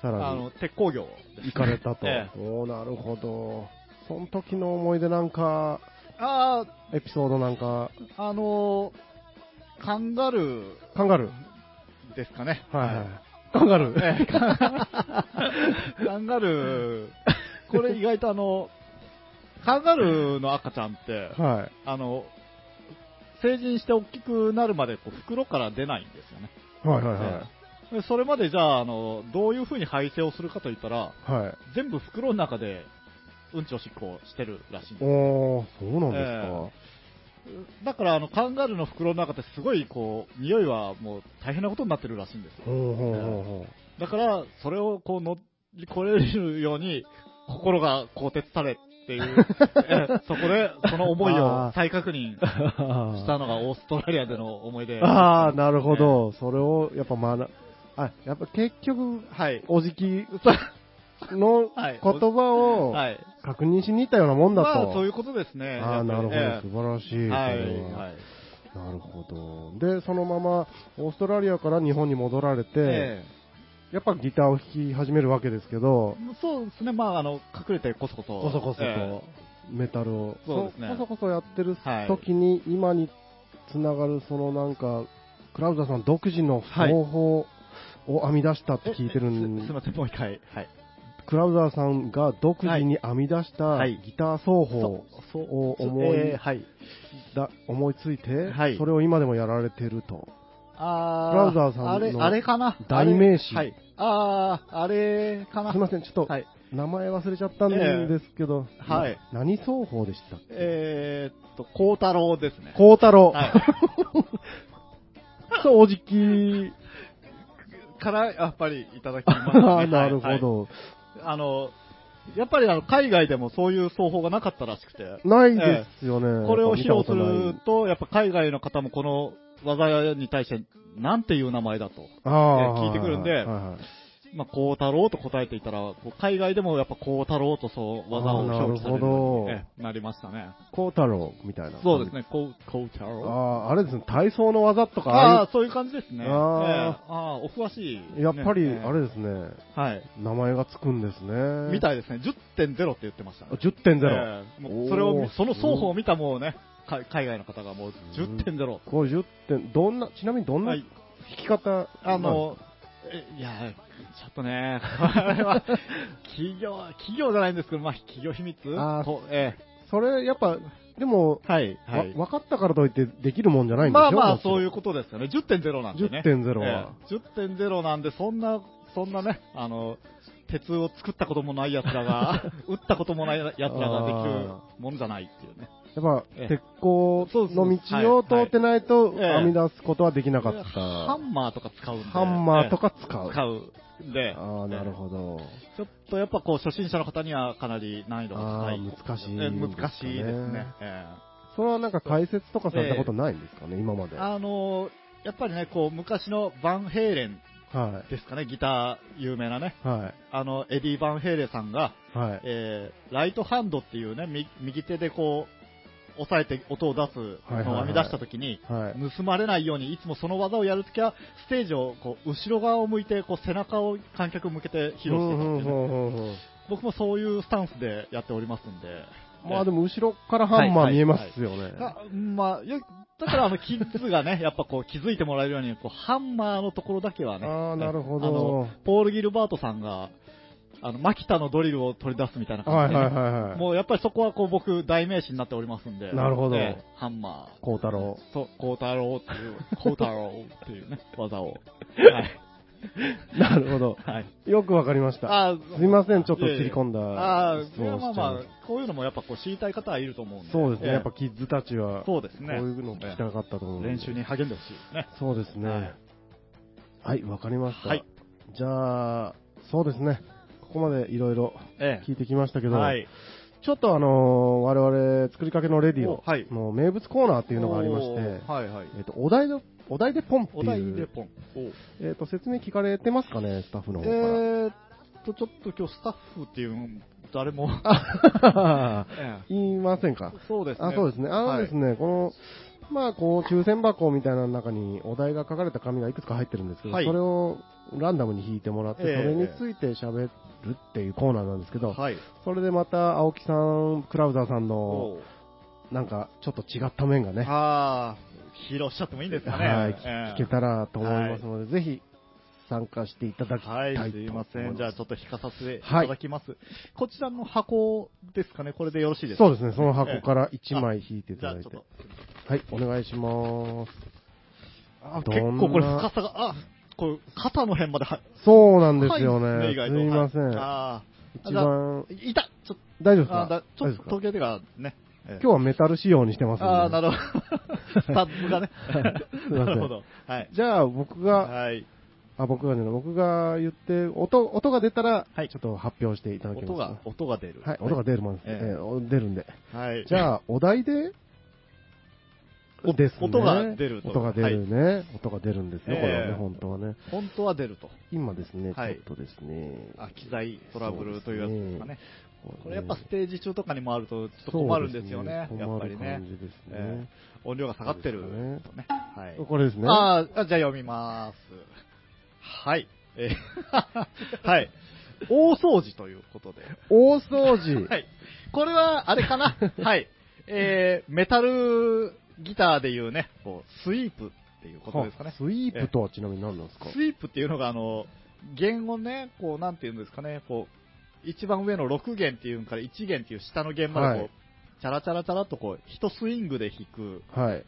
さえあらにの鉄工業ですね行かれたと え。おーなるほど。その時の思い出なんか、あエピソードなんか、あ、あのーカンガルーカンガルー。ですかね。はい はい。カンガルー。ええカンガルー、これ意外とあの、カンガルーの赤ちゃんって、はい。あの、成人して大きくなるまでこう袋から出ないんですよね。はいはいはでそれまでじゃあ、あの、どういうふうに排泄をするかといったら、い。はい。全部袋の中で、うんちおしっこをしてるらしいんでおー、そうなんですか。えす。だから、あの、カンガルーの袋の中ってすごい、こう、匂いはもう大変なことになってるらしいんですよ。ほうほうほうほだから、それをこう乗り越えるように、心が鋼鉄されって いう、ええそこで、その思いを再確認うしたのがオーストラリアでの思い出。ああ、なるほど。それを、やっぱ学、あ、やっぱ結局、はい。おじきそのはい言葉をはい。確認しに行ったようなもんだと。まあ、そういうことですね。あやあ、っぱなりるほど。え素晴らしい。えはそれい。ははない。るほど。で、そのまま、オーストラリアから日本に戻られて、えやっぱギターを弾き始めるわけですけど、えそうですね。まあ、あの、隠れてこそこそ。こそこそえとメタルを、そうですねこそこそやってるはい時に、今につながる、そのなんか、クラウザさん独自のはい方法を編み出したっえて聞いてるんすすいません、もう一回。はい。クラウザーさんが独自に編み出したはいギター奏法そを思ええいはい。だ思いついてはい、それを今でもやられてると。あーブラウザーさんのあれ、あれかな代名詞あれはい。あー、あれかなすいません、ちょっとはい。名前忘れちゃったんですけど、ええはいな何奏法でしたっけえーっと、孝太郎ですね。孝太郎。 はい。そう、おじき。から、やっぱりいただきますね、 ああ、なるはいはいほど。あの、やっぱりあの海外でもそういう奏法がなかったらしくて、ないですよね。これを見披た露こすとないると、やっぱ海外の方もこの技に対して、なんていう名前だと。ああ聞いてくるんではいはいまあ、孝太郎と答えていたら、こう海外でもやっぱ孝太郎とそう技を表記されるようあーになるほどええなりましたね。孝太郎みたいな。そうです。ね、孝孝太郎。ああ、あれですね、体操の技とかあああ、そういう感じですね。あえーえああ、お詳しいあね、いう、やっぱり、ええあれですね、はい。名前がつくんですね。みたいですね。10.0って言ってました、ね。 10.0。ええもうそれをおー見、その双方を見たもうね、か海外の方がもう10.0。これ10点、どんな、ちなみにどんなは弾い。き方あの、えいや、ちょっとね、 これは、企業、企業じゃないんですけど、まあ、企業秘密あーこうえそれ、やっぱ、でも、えはい、はわい。分かったからといってできるもんじゃないんですまよあまあ、もちろんそういうことですよね。10.0なんでね。 10.0はええ10.0なんで、そんな、そんなね、あの、鉄を作ったこともない奴 らが、打ったこともない奴らができるものじゃないっていうね。やっぱええ、鉄鋼の道を通ってないとええ編み出すことはできなかった。ハンマーとか使うんで。ハンマーとか使う。使うんで、ああ、なるほど。ちょっとやっぱこう初心者の方にはかなり難易度が高い。あー難しいえ難しいですね。えそれはなんか解説とかされたことないんですかね、今まで。えはあのーやっぱりね、こう昔のバンヘイレンですかね、ギター有名なね。い。はあの、エディ・バンヘイレンさんが、い。はい。えーライトハンドっていうね、み右手でこう、押さえて音を出すのを編み出したときに、はい。盗まれないように、いつもその技をやるときは、ステージをこう後ろ側を向いてこう、背中を観客向けて披露してたっていうね、うん僕もそういうスタンスでやっておりますんで。まあでも後ろからハンマー見えますよね。あまあ、よだからあの、キッズがね、 やっぱこう気づいてもらえるように、こう、ハンマーのところだけはね。ああ、なるほあのど。ポール・ギルバートさんが、あの、マキタのドリルを取り出すみたいなはい感じで、はいはいはい。もうやっぱりそこはこう僕、代名詞になっておりますんで。なるほどええハンマー。孝太郎。そう、コータローっていう、コータローっていうね、技を。なるほど。はい。はい。よくわかりました。あすいません、ちょっと切り込んああだー、質いや問をまあしちゃいまましあ、こういうのもやっぱこう知りたい方はいると思うんで。た。そうですね、ええやっぱキッズたちは、こそうですうね。いうのを聞きたかったと思うんで。練習に励んでほしいですね。そうですね。はい、わかりました。はいじゃあ、そうですね。ここまでいろいろえ聞いてきましたけえ。ど、はい。ちょっとあのー我々作りかけのレディオおはいの名物コーナーってていうのがありまして、はいはい。えっとお題のお題でポンってお題いでう、ポン。えっと説明聞かれてますかね、スタッフの方から。えーっとちょっと今日スタッフっていうの誰も、 ええ 言いませんか。そうですね。あ、そうですね。あのですね、この、まあ、こう、抽選箱みたいなの中にお題が書かれた紙がいくつか入ってるんですけど、はいそれをランダムに引いてもらって、えそえれについて喋るっていうコーナーなんですけど、はい。それでまた青木さん、クラウザーさんの、おうなんか、ちょっと違った面がね、ああ、披露しちゃってもいいんですかね。はい、え聞えけたらと思いますので、ぜひ参加していただきたはいと思い、いますいません。じゃあちょっと引かさせていはいただきます。こちらの箱ですかね、これでよろしいですかそうですね、その箱から1枚引いていじたゃあだいちょてっ。と。はい、お願いします。あど結んな構これ深さが、あ、これ肩の辺まではそうなんですよ深ね。いですみません。意外とはいあ一番、ーいたちょっ大丈夫ですと、あーだかち大丈夫ょっとですか東京でがね。今今日はメタル仕様にしてますんでああ、なるほど。ス 。タッズがねすいませんなるほど。はい。じゃあ僕が、はい。あ、僕がね、僕が言って、音、音が出たら、はいちょっと発表していただきます。音が、音が出る。はい、音が出るもんです。ええええお出るんで。はい。じゃあ、お題で、おですね。音が出ると音が出るね。音が出るんですね、ええこれはね、本当はね。本当は出ると。今ですね、はいちょっとですね。あ機材トラブルというやつですかね。これこれやっぱステージ中とかにもあるとちょっと困るんですよね、やっ困ぱりるね感。じですえね。ー音量が下がってるとね。はい。これですね。あーあ、じゃあ読みます。はい。えー はい。大掃除ということで。大掃除。はい。これは、あれか なはい。えー、メタルギターでいうね、こう、スイープっていうことですかねは。スイープとはちなみに何なんですかスイープっていうのが、あの、弦をね、こう、なんていうんですかね、こう、一番上の6弦っていうんから1弦っていう下の弦までこう、はいチャラチャラチャラっとこう、一スイングで弾くはい。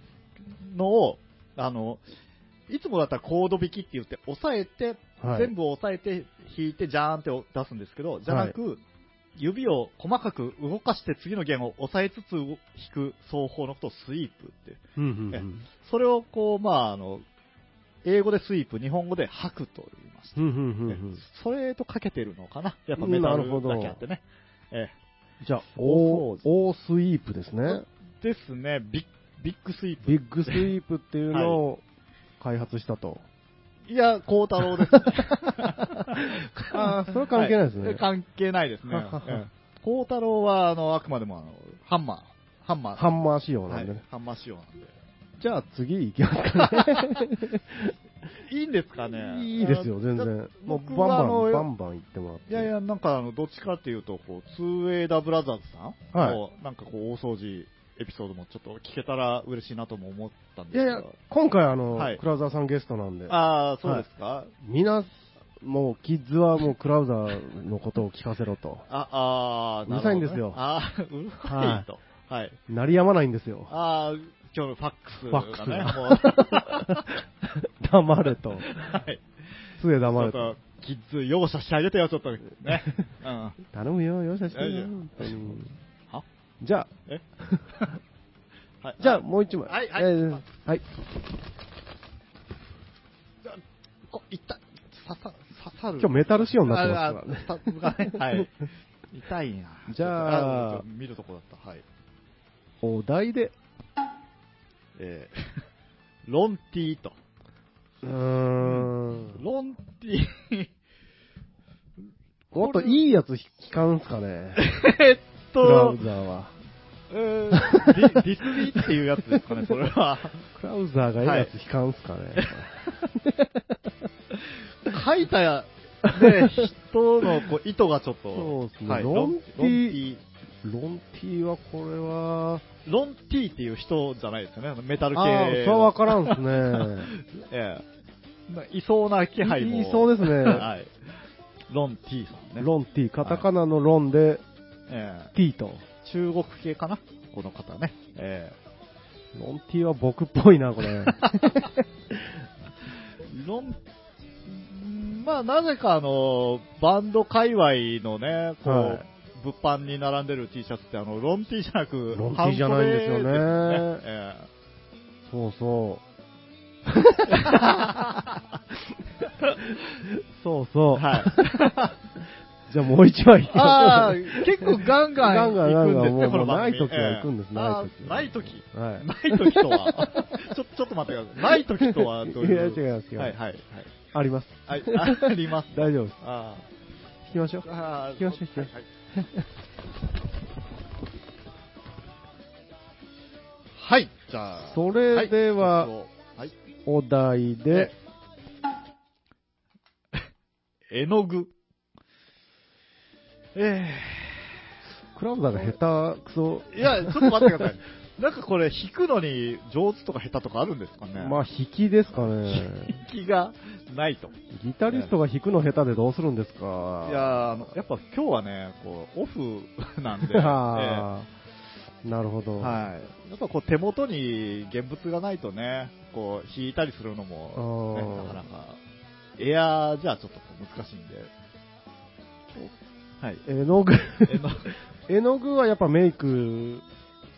のを、あの、いつもだったらコード弾きって言って、押さえて、はい全部押さえて弾いて、ジャーンって出すんですけど、じゃなく、指を細かく動かして次の弦を押さえつつ弾く奏法のことをスイープって。うんうんうんそれをこう、まあ、あの、英語でスイープ、日本語で吐くと言いましたう。んうんうんうんそれとかけてるのかなやっぱメタルだけあってね。えじゃあ、大大掃除大スイープですね。えですね、ビッビッグスイープ。ビッグスイープっていうのを開発したと。いや、孝太郎です。あーそれは関係ないですねは関係ないですね。ええ孝太郎は、あの、あくまでもあの、ハンマー、ハンマー。ハンマー仕様なはんいでね。ハンマー仕様なんで。じゃあ次行きますかね。いいんです かねいいですよ、全然。もう僕バンはあバン、のバンバン行ってもらって。いやいや、なんか、あの、どっちかっていうと、こう、ツーウェイダーブラザーズさんはいの、なんかこう、大掃除エピソードもちょっと聞けたら嬉しいなとも思ったんですいけやど。いや、今回あの、はいクラウザーさんゲストなんで、ああ、そうですか、みんな、もうキッズはもうクラウザーのことを聞かせろと。あ、あーなるほうるさどねいんですよああ、うるさいと。はい。鳴りやまないんですよ。ああ、今日のファックスがね、フもう。黙れ と。はい。杖黙ちょれとっと。、キッズ容赦してあげてよ、ちょっ とね。うん。頼むよ、容赦していよやいや。本当にはじゃあ、 えはい。じゃあもう一枚。はいはいえーはい。こいった、刺さ、刺さる。今日メタル仕様になってますああさすがね。 はい。痛いな。じゃあちょっと見るとこだった。はい。お題で、えー、 ロンティーと。うーん。ロンティー。もっといいやつ聞かんすかね。えっクラウとザ、ーは。えーディディスリーっていうやつですかね、それは。クラウザーがいいやつ聞かんすかね。書いた、ね、人のこう意図がちょっと。そうですねはいロンティロンロンティはこれは、ロンティっていう人じゃないですよね、あのメタル系。ああ、それはわからんっすね。 ええないそうな気配も。いいそうですねはい。ロンティさんね。ロンティカタカナのロンで、ええティと。中国系かなこの方ね。えロンティは僕っぽいな、こ れ。えロン、まあ、なぜかあの、バンド界隈のね、こう、はい物販に並んでる T シャツって、あの、ロンティじゃなく、ロン T じゃないんですよね半袖ですね えそうそう。そう えそう。はい。 じゃあもう一枚いきああましょう。、結構ガンガン行くガンガンんですガンガね、ンこものうな番い組。時は行くんですええない時はあーなはいい時。ない時とは。 ちょ、ちょっと待ってください。ない時とはどういう。いや違います違いますはいはいあります。はい。はい、ああります。大丈夫です。あきましょう。あー行きましょう行きましょうはい はい。はい、じゃあ。それでははいはい。お題で、 絵の具。えクラウザが下手くそ、えいや、ちょっと待ってください。なんかこれ、弾くのに上手とか下手とかあるんですかねまあ、引きですかね。弾きがないと。ギタリストが弾くの下手でどうするんですいかやーあの、やっぱ今日はね、こう、オフなんで、えあー なるほえど。はい。やっぱこう手元に現物がないとね、こう弾いたりするのも、ね、あーなかなか、エアーじゃちょっとこう難しいんで。はい。絵の具、えの絵の具はやっぱメイク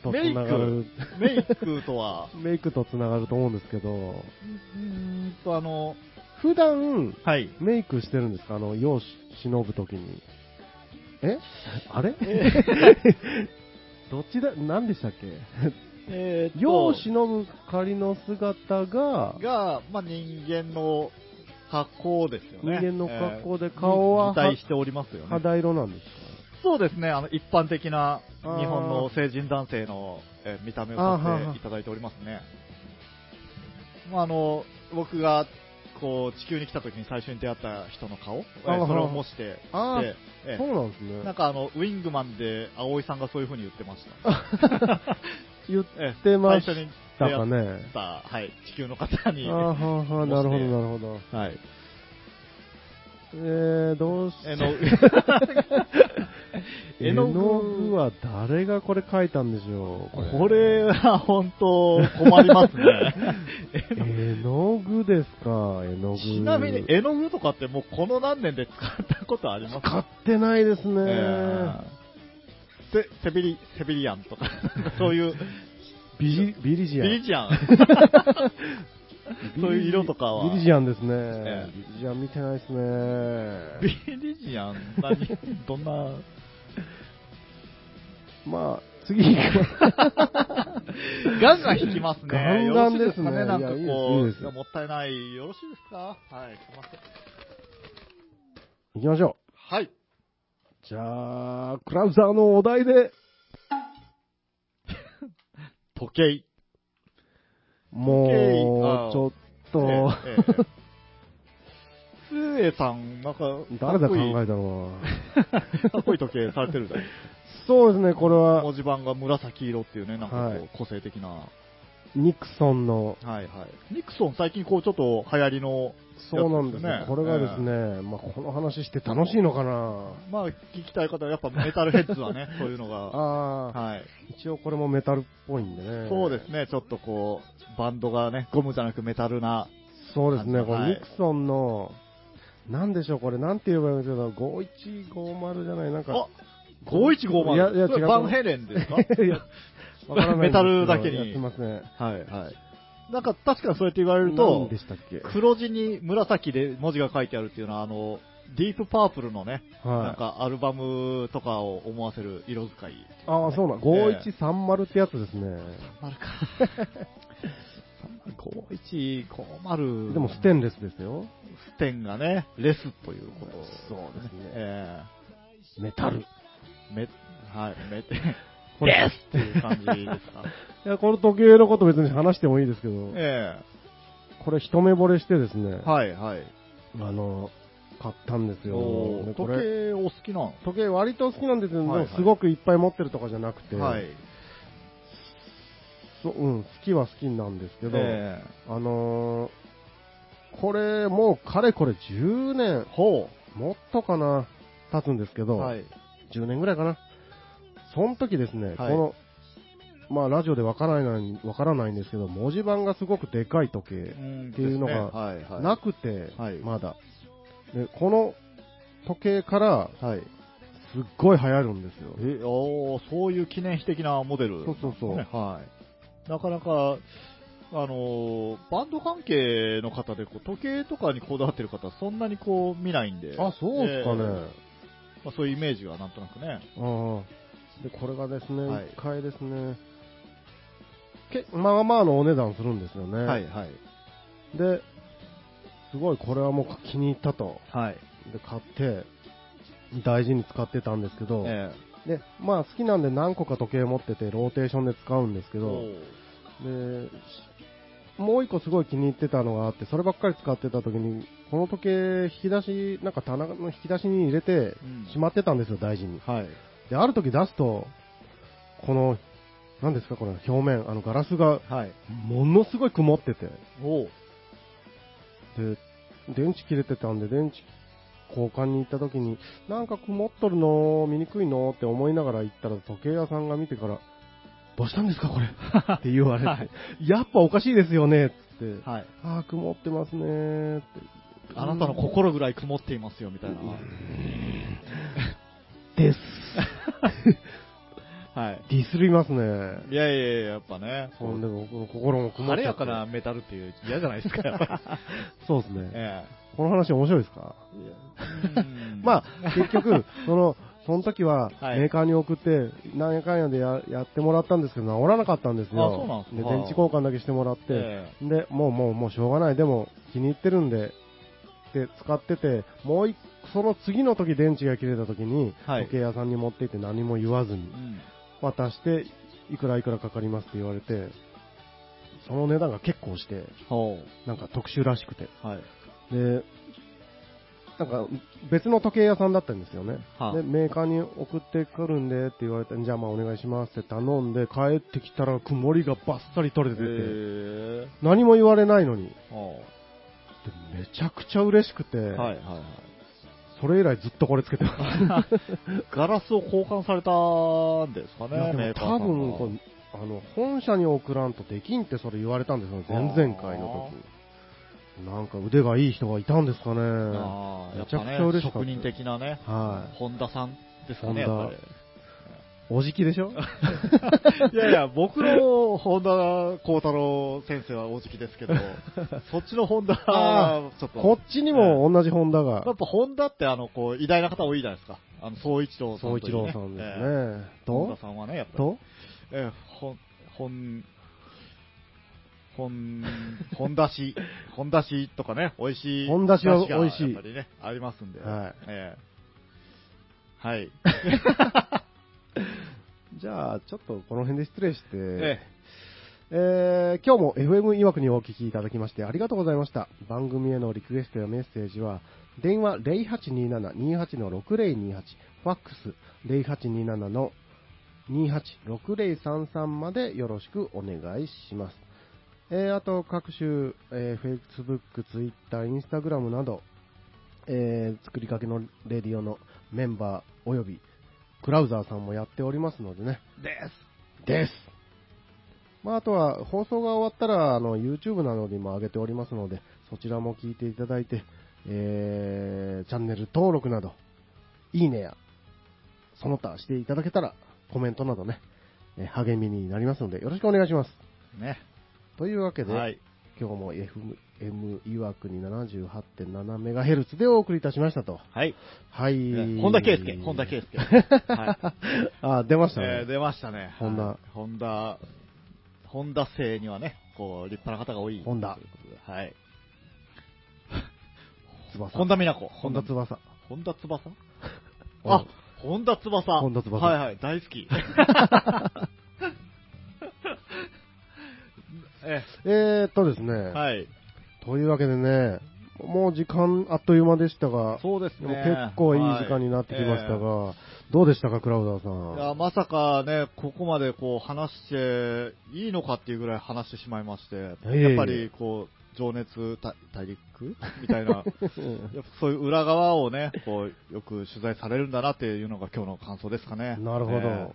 とつながる、メイクとは、メイクとつながると思うんですけど、うーんとあの、普段はい。メイクしてるんですかあの、世を忍ぶときに。えあ れどっちだ、何でしたっけえーっと世を忍ぶ仮の姿が、が、まあ、人間の格好ですよね。人間の格好でえー顔は擬態しておりますよね。肌色なんですそうですね、あの一般的な日あー本の成人男性のえー見た目をさせていただいておりますね。まあ、あの僕がこう地球に来た時に最初に出会った人の顔、えーあーそれを模してであーえかそうーなんですね。なんかあのウィングマンで葵さんがそういう風に言ってました。言っえーてまし最初にた出か会っね。た、はい、地球の方あに、ーははーはーなるほど、なるほど。い、えー、どうし えの 絵絵のの具具は誰がこれ描いたんでしょうこれは本当困りま すね。 絵の具ですか、絵の具。ちなみに絵の具とかってもうこの何年で使ったことあります使ってないですね。えーセセビリ、セビリアン とか、そういう、ビジビリジビアン。リジアン。そういう色とかは ビリジアンですね。ええビリジアン見てないですね。ビリジアン 何どんな、まあ、次行きます ガンガン引きますね。ガンガンですねよろしいかなんかいやいいでこ、すいういですいやもったいない。よろしいですかはい、すいません行きましょはい。う。じゃあ、クラウザーのお題で、時計。もう、ちょっと、ええええスーエさん、なんか、誰だ考かえたのえかっこいい時計されてる じゃないそうですね、これは文、字盤が紫色っていうね、なんかこう、はい個性的な。はニクソンのいはい。ニクソン最近こうちょっと流行りの、そうなんですねやつ。でこすねれがですね、まあ、この話して楽しいのかなまあ聞きたい方はやっぱメタルヘッ ズはね、そういうのが。ああ、はい。一応これもメタルっぽいんでね。そうですね、ちょっとこう、バンドがね、ゴムじゃなくメタルな。そうですね、こはいれニクソンの、なんでしょう、これ、なんて言えばいいんですけど、5150じゃない、なんかあ、5150。いやいやそれ違うバンヘレン ですかいやわからないんですけどメタルだけにやってますね。はいはい。なんか確かにそうやって言われる何とで、したっけ黒地に紫で文字が書いてあるっていうのは、あの、ディープパープルのね、なんはい。かアルバムとかを思わせる色使い。ああ、そうなん、5130ってやつですね。丸 か。5150。でも、ステンレスですよ。ステンがね、レスということ。そうですねえメタル。ー、め、はい、め、 これレスっていう感じです か。いや、この時計のこと別に話してもいいですけど、えこれ一目惚れしてですねえ、はい、はい。あの、買ったんですよ。おーで時これ計お好きなの時計割と好きなんですけど、はいはいでもすごくいっぱい持ってるとかじゃなくて、はい。そうん、好きは好きなんですけど、えあのーこれもうかれこれ10年、ほうもっとかな、経つんですけえど、はい。 10年ぐらいかな。その時ですね、はいこの、まあラジオでわからない、わからないんですけど、文字盤がすごくでかい時計、んっていうのがですねはい、はい。なくて、はいまだ。で、この時計から、はい。すっごい流行るんですよ。え、おーそういう記念碑的なモデル。そうそうそうねはい。なかなか、あのーバンド関係の方でこう、時計とかにこだわってる方はそんなにこう見ないんで。あ、そうですかね。えーまあ、そういうイメージはなんとなくね。ああ。で、これがですね、一、はい回ですね、け、まあまあのお値段するんですよね。はい。で、すごいこれはもう気に入ったと。はい。で、買って、大事に使ってたんですけど、えで、まあ好きなんで何個か時計持ってて、ローテーションで使うんですけえど、で、もう一個すごい気に入ってたのがあって、そればっかり使ってた時に、この時計引き出し、なんか棚の引き出しに入れてうんしまってたんですよ、大事に。はい。で、ある時出すと、この、なんですか、この表面、あのガラスがはい。ものすごい曇ってて、おうで、電池切れてたんで、電池交換に行った時に、なんか曇っとるの、見にくいのって思いながら行ったら、時計屋さんが見てから、どうしたんですか、 これって言われて、はいやっぱおかしいですよねっつって、はい。ああ、曇ってますねーって。あなたの心ぐらい曇っていますよ、みたいな。 です。はい。ディスりますね。いやいやいや、やっぱね。そんで僕の心も曇っ晴れちゃやってかなメタルっていう嫌じゃないですか、やっぱりそう ですね。えこの話面白いですか えうんまあ、結局、その、その時は、はいメーカーに送って、なんやかんやでややってもらったんですけど、治らなかったんですよ。あそうなんですかで、電池交換だけしてもらって、えで、もうもう、もうしょうがない、でも気に入ってるんで、で、使ってて、もう一、その次の時電池が切れた時に、はい時計屋さんに持って行って何も言わずにえう、ん渡して、いくらいくらかかりますって言われて、その値段が結構して、ほなんか特殊らしくて。う。はい。で、なんか別の時計屋さんだったんですよね。はあで、メーカーに送ってくるんでって言われて、じゃあまあお願いしますって頼んで、帰ってきたら曇りがバッサリ取れてて、え何も言われないのに、でえほめちゃくちゃ嬉しくて、う。はいはいはい。それ以来ずっとこれつけてます。 ガラスを交換されたんですかいやね、メでもーカー多さんが分こうあの、本社に送らんとできんってそれ言われたんですよ、前々回の時なんか腕がいい人がいたんですかね。ああ、やめっちゃぱくちゃ嬉ね、しかった職人的なね、は本田さんですかね、やホっンダおじきでしょ ぱり。いやいや、僕の本田幸太郎先生はおじきですけ ど、そっちの本田はちょっと。こっちにも同じホンダがや。っぱ本田ってあの、こう、偉大な方多いじゃないですか。あの、総一郎さん総とい一う郎ねさんですね。ええ本と田さんはね、やっぱり。とええ、ほん、ほん、ほん、ほんだし、ほんだしと かね、美味しい。ほんだしは美味しいだがやっぱりね、ありますんで。はいええはい。じゃあ、ちょっとこの辺で失礼して、ええー今日も FM いわくにお聞きいただきましてありがとうございました。番組へのリクエストやメッセージは、電話0827-28-6028、ファックス0827-28-6033までよろしくお願いします。えーあと各種、えー Facebook、Twitter、Instagram など、えー作りかけのレディオのメンバーおよびクラウザーさんもやっておりますのでね。えです。です。まあ、あとは放送が終わったらあの YouTube などにも上げておりますのでそちらも聞いていただいて、えーチャンネル登録などいいねやその他していただけたらコメントなどね、えー励みになりますのでよろしくお願いしますね。というわけで、はい。今日も FM いわくに 78.7MHz でお送りいたしましたとはい。はい、本田圭佑、本田 圭佑。はい。あ出ましたね、えー出ましたね。ホンダはい。ホンダ、ホンダ製にはね、こう、立派な方が多い。ホンダ。はい。翼本田美奈子。本田翼本田翼うんあ、本田翼。本田翼はいはい、大好き。 え、えー、っとですね、はい。というわけでね、もう時間あっという間でしたが、そうですでもね。結構いい時間になってきましたが、はいどうでしたか、クラウダーええいやさん。まさかね、ここまでこう話していいのかっていうぐらい話してしまいまして、やっえいえぱりこう、情熱大大陸 みたいな、やっぱそういう裏側をね、こう、よく取材されるんだなっていうのが今日の感想ですか ね。なるほど、ええ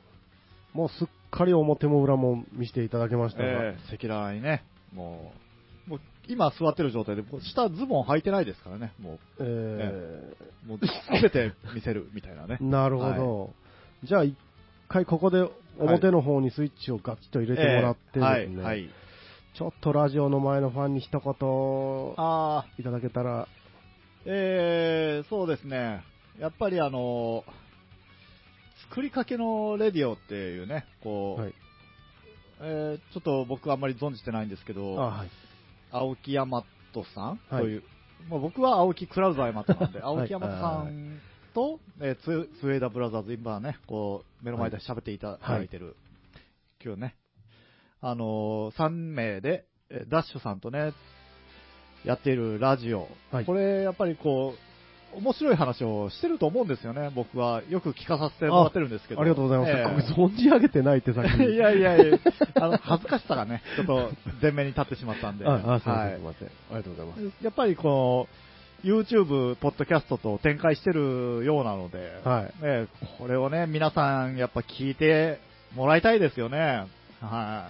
もうすっかり表も裏も見せていただきましたが、ええ赤裸々にね、もう、もう今座ってる状態で、もう下ズボン履いてないですからね、もえー。う、もう全て見せるみたいなねなるほど、じゃあ一回ここで表の方にスイッチをガチッと入れてもらってですね、ええはい、はい。ちょっとラジオの前のファンに一言ああ、いただけたら、えー、そうですね。やっぱりあの、作りかけのレディオっていうね、こう、はい、えーちょっと僕あんまり存じてないんですけあど、はい、青木大和さんはい という、まあ、僕は青木クラウザー大和なんで、青木大和さんと、えー、ツツエダブラザーズ、今ね、こう、目の前で喋っていただいてる、今日ね、あのー、3名で、えーダッシュさんとね、やっているラジオ、はいこれ、やっぱりこう、面白い話をしてると思うんですよね、僕は。よく聞かさせてもらってるんですけど。ありがとうございます。えー僕存じ上げてないってさっき。 いやいやいや、あの、恥ずかしさがね、ちょっと前面に立ってしまったん で。ああ、すいまはせん、すいい。ません。ありがとうございます。やっぱりこの、YouTube、ポッドキャストと展開してるようなので、はい。ね、これをね、皆さんやっぱ聞いてもらいたいですよね。は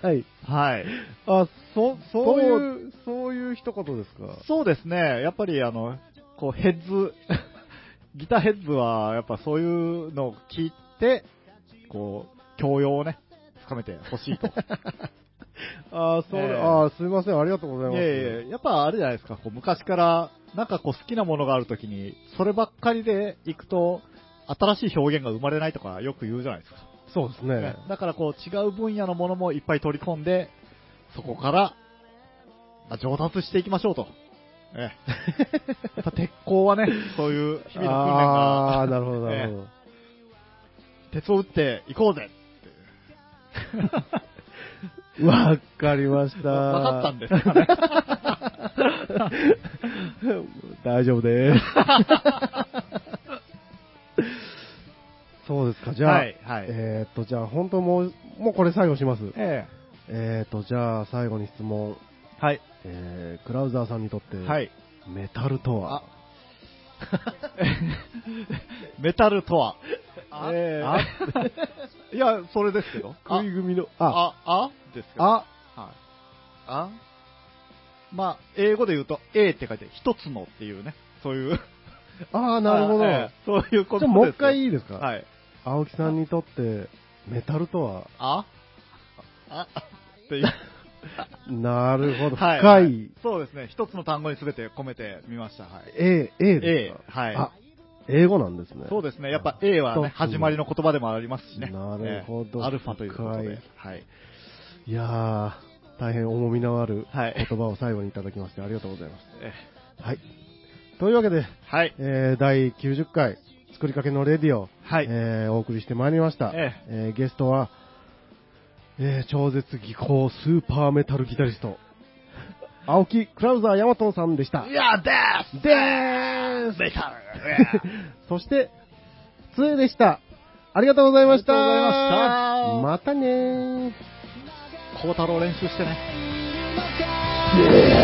はい。 い。はい。あ、そ、そうそういう、そういう一言ですか。そうですね、やっぱりあの、こうヘッズ、 ギターヘッズはやっぱそういうのを聞いて、こう、教養をね、深めてほしいと。 あ、そう、ええあ、すいません、ありがとうございいます。やいや、やっぱあれじゃないですか、こう昔から、なんかこう好きなものがあるときに、そればっかりで行くと、新しい表現が生まれないとかよく言うじゃないですか。そうですね。だからこう違う分野のものもいっぱい取り込んで、そこから、まあ上達していきましょうと。ええ やっぱ鉄鋼はね、そういう日々の訓練ああ、が、なるほど、なるほど。鉄を打っていこうぜわかりました。わかったんですかね。大丈夫 です。そうですか、じゃあ、はい、はい。えーっと、じゃあ、本当もう、もうこれ最後します。ええーっと、じゃあ、最後に質問。えはい、えー、クラウザーさんにとって、はい。メタルとはあメタルとは。あええあ いや、それですけど。食い組の、あ、あ、あですけど。あ、はい。あまあ、英語で言うと、A って書いて、一つのっていうね、そういう。あーなるほど。あええそういうこじゃあ、とですよもう一回いいですか、はい。青木さんにとって、メタルとは、ああっていう。なるほど、は深い、そうですね、一つの単語に全て込めてみました。はい。 A、A です A か、、はい。あ、英語なんですね。そうですね、やっぱ A はそうね、始まりの言葉でもありますしね。なるほどええアルファということで。はい。いやー、大変重みのあるはい言葉を最後にいただきまして、ありがとうございまええす。はい。というわけで、はい。えー第90回、作りかけのレディオ、はいえーお送りしてまいりました。ええーゲストは、えー超絶技巧スーパーメタルギタリス ト、青木クラウザーヤマトンさんでしたい。や、ですでーすメタル そして、つえでした。ありがとうございました。ありがとうございままたねー。孝太郎練習してね。 Yeah.